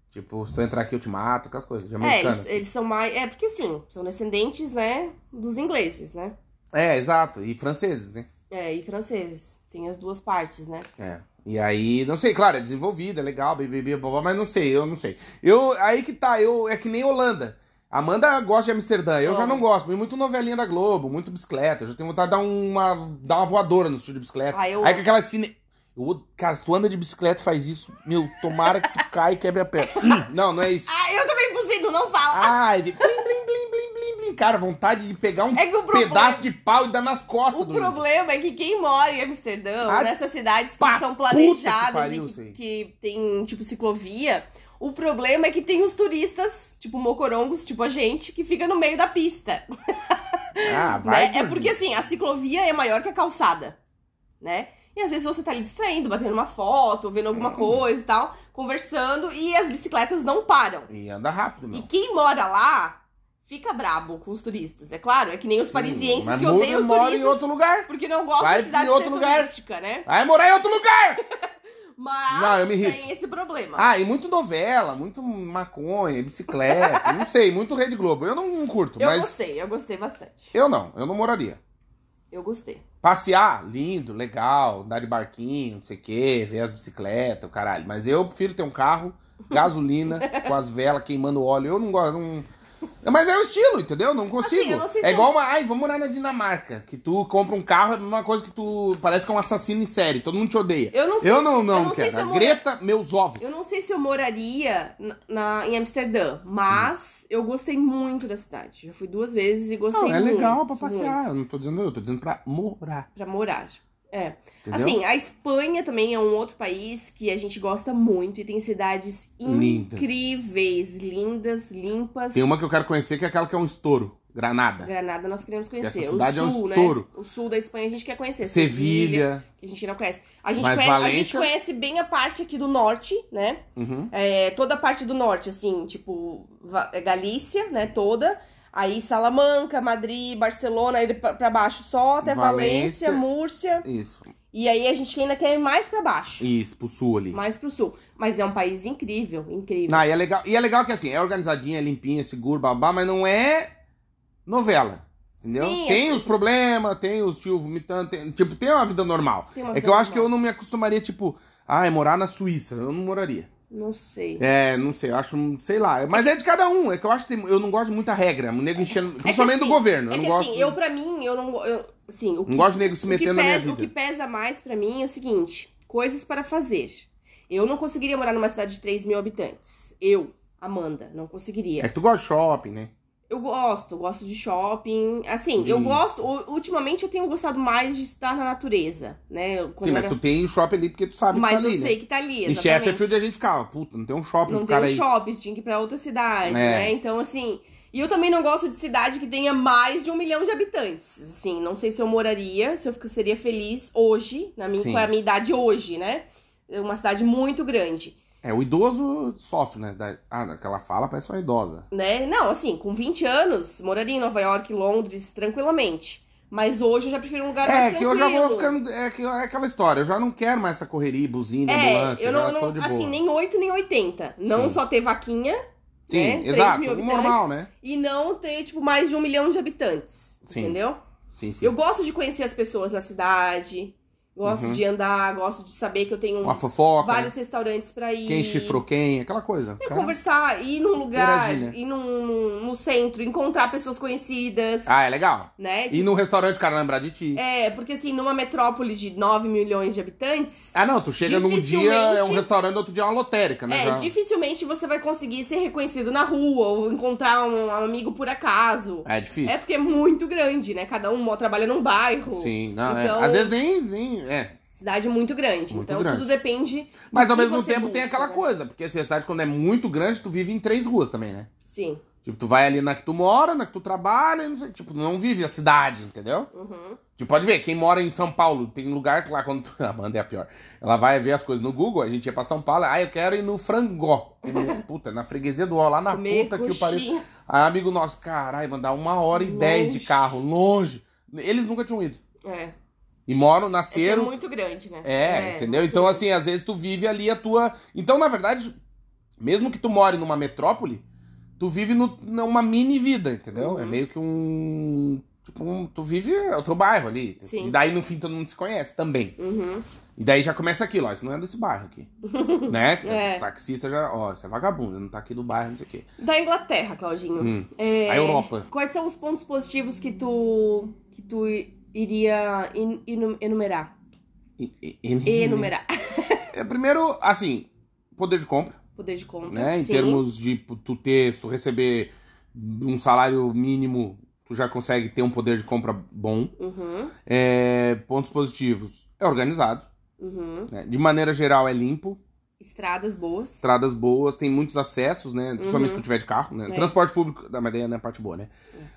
Tipo, se tu entrar aqui eu te mato, aquelas coisas de
É,
americano.
eles,
assim.
eles são mais. É, porque sim, são descendentes, né? Dos ingleses, né?
É, exato. E franceses, né?
É, e franceses. Tem as duas partes, né?
É. E aí, não sei, claro, é desenvolvido, é legal, BBB, babá, mas não sei, eu não sei. Eu, aí que tá, eu, é que nem Holanda. Amanda gosta de Amsterdã, eu já
Amo.
não gosto, muito novelinha da Globo, muito bicicleta, eu já tenho vontade de dar uma, dar uma voadora no estilo de bicicleta.
Ah, eu
Aí
amo.
com aquela cine... Eu, od- cara, se tu anda de bicicleta e faz isso, meu, tomara que tu cai e quebre a perna. não, não é isso.
Ah, eu também buzino, não fala!
Ai, blim, blim, blim, blim, blim, blim. Cara, vontade de pegar um
É que o problema-
pedaço de pau e dar nas costas
o
do
problema é que quem mora em Amsterdã,
Ah,
nessas cidades que
pá,
são
puta que
planejadas
pariu,
e que,
sei.
que tem, tipo, ciclovia, O problema é que tem os turistas, tipo mocorongos, tipo a gente, que fica no meio da pista.
Ah,
né?
vai.
É porque assim, a ciclovia é maior que a calçada, né? E às vezes você tá ali distraindo, batendo uma foto, vendo
Uhum.
alguma coisa e tal, conversando, e as bicicletas não param.
E anda rápido,
E
meu.
quem mora lá fica brabo com os turistas, é claro. É que nem os parisienses
Mas
que
muda
odeiam
e
os
mora em
turistas
outro lugar.
porque não gostam
Vai
da cidade
em outro
ser
lugar.
turística, né?
Vai morar em outro lugar!
Mas
Não, eu me
tem esse problema.
Ah, e muito novela, muito maconha, bicicleta, não sei, muito Rede Globo. Eu não curto,
eu
mas.
gostei, eu gostei bastante.
Eu não, eu não moraria.
Eu gostei.
Passear, lindo, legal, andar de barquinho, não sei o quê, ver as bicicletas, o caralho. Mas eu prefiro ter um carro, gasolina, com as velas queimando óleo. Eu não gosto, não... Mas é o estilo, entendeu? Não consigo.
Assim, eu não sei se
é
eu-
igual uma. Ai, vamos morar na Dinamarca. Que tu compra um carro, é a mesma coisa que tu. Parece que é um assassino em série, todo mundo te odeia.
Eu não sei
Eu
se-
não,
eu
não,
não sei
quero.
se eu mora-
Greta, meus ovos.
Eu não sei se eu moraria na, na- em Amsterdã, mas eu gostei muito da cidade. Já fui duas vezes e gostei
Hum. Não,
muito.
é legal pra
muito.
passear. Eu não tô dizendo eu, tô dizendo pra morar.
Pra morar. É.
Entendeu?
Assim, a Espanha também é um outro país que a gente gosta muito e tem cidades
Lindas.
incríveis, lindas, limpas.
Tem uma que eu quero conhecer que é aquela que é um estouro. Granada.
Granada nós queremos conhecer.
Essa cidade é um
o sul,
estouro.
né? O sul da Espanha a gente quer conhecer.
Sevilha.
que a gente não conhece. A gente
Mas
conhece, a
Valência-
gente conhece bem a parte aqui do norte, né?
Uhum.
É, toda a parte do norte, assim, tipo, Va- é Galícia, né? Toda. Aí Salamanca, Madrid, Barcelona, aí pra, pra baixo só, até
Valência.
Valência, Múrcia.
Isso.
E aí a gente ainda quer ir mais pra baixo.
Isso, pro sul ali.
Mais pro sul. Mas é um país incrível, incrível.
Não, e é legal, e é legal que assim, é organizadinha, é limpinha, seguro, babá, mas não é novela. Entendeu?
Sim,
tem
é-
os problemas, tem os tio vomitando, tem- tipo, tem uma vida normal.
Tem uma
é
vida
que eu acho
normal.
que eu não me acostumaria, tipo, ah, é morar na Suíça. Eu não moraria.
Não sei.
É, não sei, eu acho, sei lá. Mas é de cada um. É que eu acho que tem- eu não gosto de muita regra. O nego enchendo.
É que
Principalmente do
assim,
governo.
é
eu não
que
gosto.
assim, eu pra mim, eu não. go- Eu, assim, o que,
Não gosto de nego se
o que
metendo na minha
pesa- O que
vida.
pesa mais pra mim é o seguinte: coisas para fazer. Eu não conseguiria morar numa cidade de 3 mil habitantes. Eu, Amanda, não conseguiria.
É que tu gosta de shopping, né?
Eu gosto, gosto de shopping. Assim,
De-
eu gosto. u- Ultimamente eu tenho gostado mais de estar na natureza, né? Eu- quando
Sim, mas
era-
tu tem o shopping ali porque tu sabe
mas
que tá
eu
ali, né?
sei que tá ali.
Em
Exatamente.
Chesterfield a gente ficava, puta, não tem um shopping
não
pro
tem
cara
um
aí.
shopping, tinha que ir pra outra cidade,
É.
né? Então, assim. E eu também não gosto de cidade que tenha mais de um milhão de habitantes. Assim, não sei se eu moraria, se eu fica- seria feliz hoje, na minha,
Sim.
com a minha idade hoje, né? É uma cidade muito grande,
É, o idoso sofre, né? Da- Ah, aquela fala parece uma idosa.
né? Não, assim, com 20 anos, moraria em Nova York, Londres, tranquilamente. Mas hoje eu já prefiro um lugar mais
É, que eu já vou
tranquilo. É,
ficando. É, que é aquela história, eu já não quero mais essa correria, buzina, ambulância,
eu não,
já tô né? de
não
boa.
assim, nem 8 nem 80. Não
Sim.
só ter vaquinha
Sim,
né, 3
exato,
mil
o normal, né?
e não ter, tipo, mais de um milhão de habitantes.
Sim.
Entendeu?
Sim, sim.
Eu gosto de conhecer as pessoas na cidade, gosto
Uhum.
de andar, gosto de saber que eu tenho
Uma fofoca, né?
vários restaurantes pra ir.
quem chifrou quem, aquela coisa.
Eu
Cara,
conversar, ir num lugar,
Interagir, né?
ir num, num- no centro, encontrar pessoas conhecidas,
Ah, é legal.
né?
E
Tipo,
no restaurante o cara lembrar de ti.
É, porque assim, numa metrópole de 9 milhões de habitantes,
Ah, não, tu chega num dia,
Dificilmente-
é um restaurante, outro dia é uma lotérica,
É,
né? já...
dificilmente você vai conseguir ser reconhecido na rua ou encontrar um amigo por acaso.
é difícil.
É porque é muito grande, né? Cada um trabalha num bairro.
Sim, não,
Então-
é. Às vezes nem, nem. É.
Cidade muito grande.
Muito
então
grande.
tudo depende.
Mas
do
ao
que
mesmo
você
tempo tem
busca,
aquela
né?
coisa, porque assim, a cidade, quando é muito grande, tu vive em três ruas também, né?
Sim.
Tipo, tu vai ali na que tu mora, na que tu trabalha, não sei, tipo, não vive a cidade, entendeu?
Uhum.
Tipo, pode ver, quem mora em São Paulo, tem um lugar que lá quando tu- a banda é a pior. Ela vai ver as coisas no Google, a gente ia pra São Paulo, ah, eu quero ir no Frangó. Puta, na freguesia do Ó, lá na
Comer
puta que o pariu.
coxinha.
Aí, amigo nosso, caralho, mandar uma hora e dez de
Longe.
carro, longe. Eles nunca tinham ido.
É.
E moram,
É que é
nasceram,
muito grande, né?
é, entendeu?
muito
Então,
grande.
assim, às vezes tu vive ali a tua. Então, na verdade, mesmo que tu more numa metrópole, tu vive no- numa mini vida, entendeu?
Uhum.
É meio que um. Tipo, um- tu vive o teu bairro ali.
Sim.
E daí no fim todo mundo se conhece também.
Uhum.
E daí já começa aquilo, ó, isso não é desse bairro aqui. né?
É.
O taxista já, ó, isso é vagabundo, não tá aqui do bairro, não sei o quê.
Da Inglaterra, Claudinho.
Hum.
É,
A Europa.
Quais são os pontos positivos que tu, que tu iria in- inu- enumerar?
E- e- e-
Enumerar.
É, primeiro, assim, poder de compra.
Poder de compra.
né? Em
Sim.
termos de pô, tu ter, se tu receber um salário mínimo, tu já consegue ter um poder de compra bom.
Uhum.
É, pontos positivos, é organizado,
Uhum.
né? de maneira geral é limpo,
Estradas boas.
estradas boas, tem muitos acessos, né? Principalmente se tu tiver de carro, né?
É.
Transporte público, da madeira é a parte boa, né?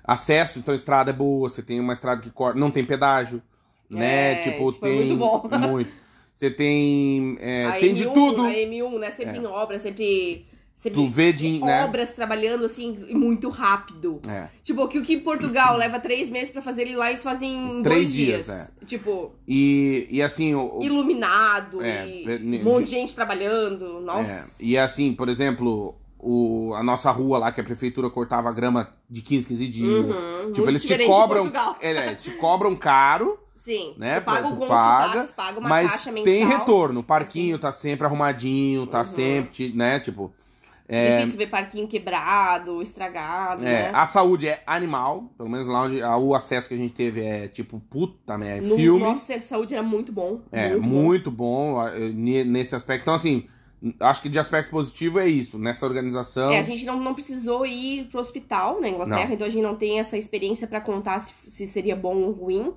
Acesso, então estrada é boa, você tem uma estrada que corta, não tem pedágio, né?
É,
tipo,
isso foi
tem
muito bom. um,
muito. Você tem é,
A
tem de
M1,
tudo. É.
A M1, né? Sempre em obra, sempre. sempre
Tu vê de, né?
obras trabalhando assim muito rápido.
É.
Tipo, que o que Portugal leva três meses pra fazer ele lá, eles fazem em
Três
dois
dias,
dias. Tipo,
E, e assim, o, o-
iluminado,
É,
e
é,
um monte de gente trabalhando. Nossa.
É, e assim, por exemplo, o, a nossa rua lá, que a prefeitura cortava a grama de 15, 15 dias.
Uhum,
tipo,
muito
eles te
diferente de
cobram.
Portugal.
É, eles te cobram caro,
Sim.
né?
Tu paga
pra-
o
tu
consulado,
paga,
tu paga uma
mas
taxa mensal. assim. Uhum.
tem retorno. O parquinho tá sempre arrumadinho, tá sempre, ti- né? Tipo. É,
Difícil ver parquinho quebrado, estragado,
é,
né?
a saúde é animal, pelo menos lá onde a- o acesso que a gente teve é tipo, puta merda,
No
filme.
nosso centro de saúde era muito bom.
É,
muito, bom.
muito bom, ah, eh, ne- nesse aspecto. Então, assim, acho que de aspecto positivo é isso, nessa organização.
É, a gente não, não precisou ir pro hospital na Inglaterra,
Então- Não.
então a gente não tem essa experiência pra contar se, se seria bom ou ruim.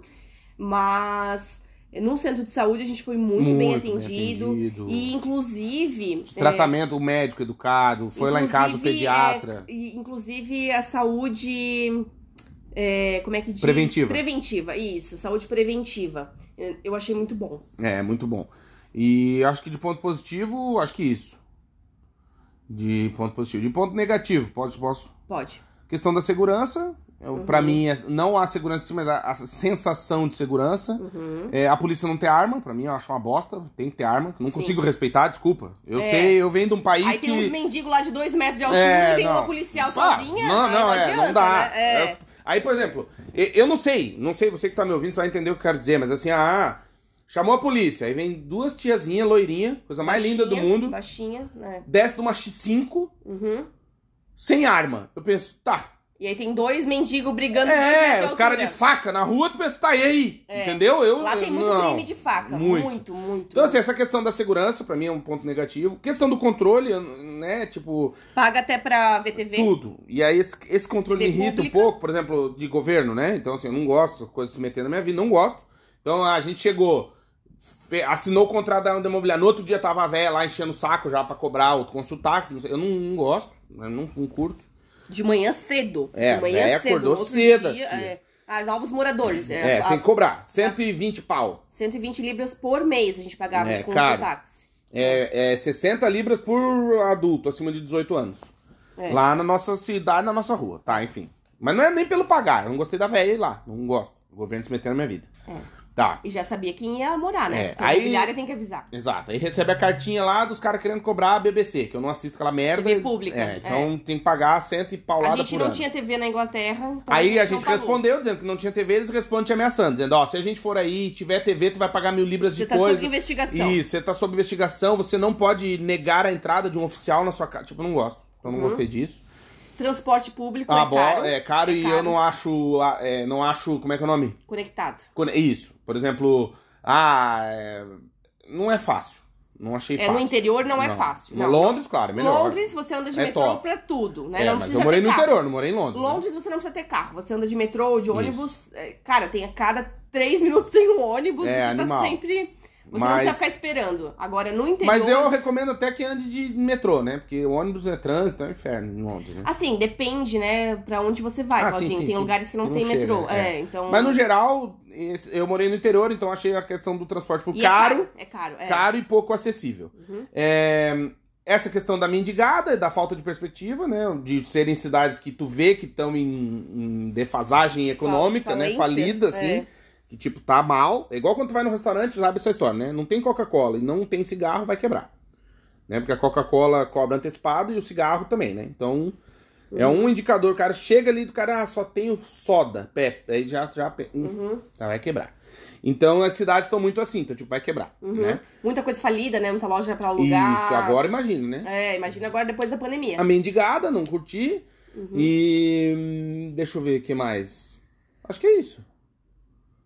Mas no centro de saúde a gente foi muito, bem atendido. E inclusive. é,
Tratamento, o médico educado, foi lá em casa o
inclusive,
pediatra.
é, e, inclusive a saúde. é, como é que diz?
Preventiva.
Preventiva, isso, saúde preventiva. É, Eu achei muito bom.
É, muito bom. E acho que de ponto positivo, acho que isso. De ponto positivo. De ponto negativo, posso? posso.
Pode.
Questão da segurança. eu-
Uhum.
Pra mim, é- não a segurança em si, mas a, a sensação de segurança.
Uhum.
É, a polícia não ter arma, pra mim, eu acho uma bosta. Tem que ter arma. Não
Sim.
consigo respeitar, desculpa. Eu
É.
sei, eu venho de um país
Aí
que.
tem uns mendigos lá de dois metros de altura
É,
e vem
não.
Então, uma policial
Ah,
sozinha.
Não,
aí
não, é,
adianta,
não dá.
né? É.
É, Aí, por exemplo, e- eu não sei, não sei, você que tá me ouvindo, você vai entender o que eu quero dizer, mas assim, ah, chamou a polícia, aí vem duas tiazinhas loirinha, coisa mais linda do
Baixinha,
mundo,
Baixinha, né?
desce de uma X5
Uhum.
sem arma. Eu penso, tá.
E aí tem dois mendigos brigando. dois metros
É, os caras de
altura.
faca na rua, tu pensa, tá, e aí?
É.
Entendeu? Eu,
Lá tem muito
não.
crime de faca.
Muito.
Muito, muito.
Então, assim, essa questão da segurança, pra mim, é um ponto negativo. Questão do controle, eu- né? Tipo,
Paga até pra VTV.
Tudo. E aí esse, esse controle me
TV
irrita um
pública.
pouco, por exemplo, de governo, né? Então, assim, eu não gosto, coisas se metendo na minha vida, não gosto. Então a gente chegou, fe- assinou o contrato da onda imobiliária, no outro dia tava a véia lá enchendo o saco já pra cobrar o consultax, não sei, eu não, não gosto, eu não, não curto.
De manhã cedo.
É,
de
a
manhã
véia
cedo.
acordou
outro
cedo,
dia,
tia.
é. Ah, novos moradores.
É,
É, a-
tem que cobrar, 120 pau.
120 libras por mês a gente pagava
É,
de com
caro.
o táxi.
É, é 60 libras por adulto, acima de 18 anos.
É.
Lá na nossa cidade, na nossa rua, tá, enfim. Mas não é nem pelo pagar, eu não gostei da véia ir lá, não gosto. O governo se metendo na minha vida.
É.
Tá.
E já sabia quem ia morar, né?
É,
Porque
aí-
a imobiliária tem que avisar.
Exato. Aí recebe a cartinha lá dos caras querendo cobrar a BBC, que eu não assisto aquela merda.
TV
Eles-
pública,
É, então tem que pagar cento e
A
paulada
gente
por
não
ano.
tinha TV na Inglaterra. então
Aí a
não
gente
pagou.
respondeu dizendo que não tinha TV, eles respondem te ameaçando, dizendo, ó, se a gente for aí e tiver TV, tu vai pagar mil libras de
Você tá
coisa.
sob investigação.
Isso, você tá sob investigação, você não pode negar a entrada de um oficial na sua casa. Tipo, eu não gosto. Então não gostei disso.
Transporte público
Ah,
Uhum. é caro.
é caro
é
e eu não acho. ah, é, não acho. Como é que é o nome?
Conectado.
Quando- é Isso. Por exemplo, ah. é, Não é fácil. Não achei
É,
fácil.
no interior não, é fácil.
No
Não.
Londres, claro, é melhor.
Londres, você anda de
É
metrô
top.
pra tudo, né?
É,
não
mas
precisa
eu morei
ter
no
carro.
interior, não morei em Londres. né?
Londres você não precisa ter carro. Você anda de metrô ou de ônibus. é, Cara, tem a cada três minutos tem um ônibus.
É,
você
animal.
tá sempre. Você
Mas-
não precisa ficar esperando. Agora, no interior.
Mas eu recomendo até que ande de metrô, né? Porque o ônibus é trânsito, é um inferno em Londres, né?
Assim, depende, né, pra onde você vai,
Ah, sim,
Claudinho.
sim,
tem
sim.
lugares que não,
Não
tem
chega,
metrô.
é.
É, então.
Mas no geral, esse- eu morei no interior, então achei a questão do transporte público
E
caro,
É caro, é. Caro, é.
caro e pouco acessível.
Uhum.
É, Essa questão da mendigada, e da falta de perspectiva, né? De serem cidades que tu vê que estão em, em defasagem econômica, né?
falência,
Falida, assim.
é.
Que, tipo, tá mal. É igual quando tu vai no restaurante, sabe essa história, né? Não tem Coca-Cola e não tem cigarro, vai quebrar. Né? Porque a Coca-Cola cobra antecipado e o cigarro também, né? Então,
Uhum.
é um indicador. O cara chega ali do cara, ah, só tenho soda, Pepe. Aí já, já pe- hum,
Uhum,
tá, vai quebrar. Então, as cidades estão muito assim. Então, tipo, vai quebrar,
uhum.
né?
Muita coisa falida, né? Muita loja pra alugar.
Isso, agora imagina, né?
É, imagina agora depois da pandemia.
A mendigada, não curti.
Uhum.
E. hum, Deixa eu ver o que mais. Acho que é isso.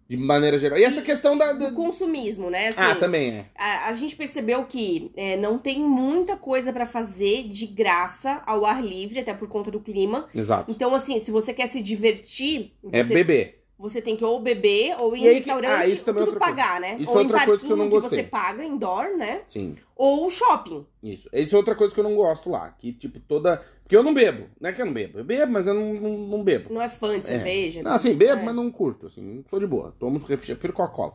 De maneira geral. E essa questão da. da-
Do consumismo, né? Assim,
Ah, também é.
a, a gente percebeu que é, não tem muita coisa pra fazer de graça ao ar livre, até por conta do clima.
Exato.
Então, assim, se você quer se divertir,
É
você-
beber.
Você tem que ou beber ou ir
E
em
aí que-
restaurante,
ah, isso também é
tudo
outra coisa.
pagar, né?
Isso
ou
é
em
outra
parquinho
coisa que eu não
que
gostei.
você paga, indoor, né?
Sim,
Ou shopping.
isso. Isso é outra coisa que eu não gosto lá. Que, tipo, toda. Porque eu não bebo. Não é que eu não bebo. Eu bebo, mas eu não, não, não bebo.
Não é fã de
É.
cerveja.
Não, assim, bebo,
É.
mas não curto. Assim, sou de boa. Tomo refrigerante, prefiro Coca-Cola.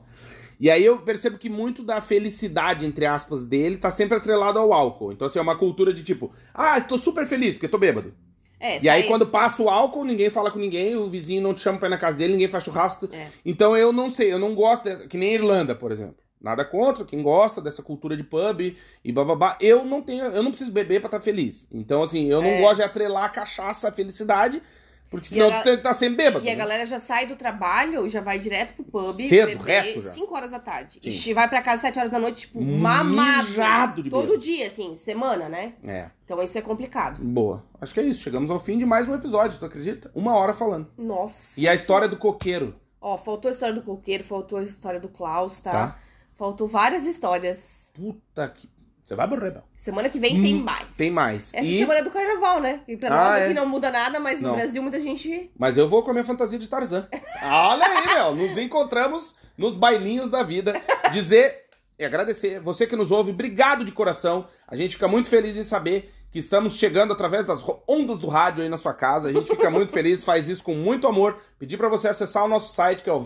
E aí eu percebo que muito da felicidade, entre aspas, dele tá sempre atrelado ao álcool. Então, assim, é uma cultura de tipo, ah, tô super feliz porque tô bêbado.
É,
e aí,
sai-
quando passa o álcool, ninguém fala com ninguém, o vizinho não te chama pra ir na casa dele, ninguém faz churrasco.
É.
Então, eu não sei, eu não gosto dessa. Que nem a Irlanda, por exemplo. Nada contra quem gosta dessa cultura de pub e bababá. Eu não tenho, eu não preciso beber pra estar feliz. Então, assim, eu não
É.
gosto de atrelar a cachaça à felicidade, porque senão
a ga-
tu tá sempre bêbado.
E a
né?
galera já sai do trabalho, já vai direto pro pub.
Cedo, reto já.
5 horas da tarde.
Sim.
E vai pra casa 7 horas da noite, tipo, mamado.
Mijado de
Todo
bêbado.
dia, assim, semana, né?
É,
Então isso é complicado.
boa. Acho que é isso. Chegamos ao fim de mais um episódio, tu acredita? Uma hora falando.
Nossa.
E a história do coqueiro.
Ó, faltou a história do coqueiro, faltou a história do Klaus, tá?
Tá.
Faltou várias histórias.
Puta que. Você vai morrer, meu.
Semana que vem tem mais.
Hum, Tem mais.
Essa
E-
semana é do carnaval, né? E pra
Ah,
nós
é.
aqui não muda nada, mas
Não.
no Brasil muita gente.
Mas eu vou com a minha fantasia de Tarzan. Olha aí, meu. Nos encontramos nos bailinhos da vida. Dizer e agradecer. Você que nos ouve, obrigado de coração. A gente fica muito feliz em saber que estamos chegando através das ro- ondas do rádio aí na sua casa. A gente fica muito feliz, faz isso com muito amor. Pedir para você acessar o nosso site, que é o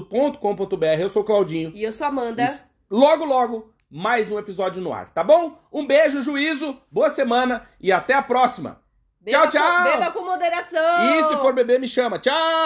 vagaspelomundo.com.br. Eu sou o Claudinho.
E eu sou a Amanda.
Isso. Logo, logo, mais um episódio no ar, tá bom? Um beijo, juízo, boa semana e até a próxima.
Beba
Tchau, tchau.
Com, beba com moderação!
E se for beber, me chama. Tchau!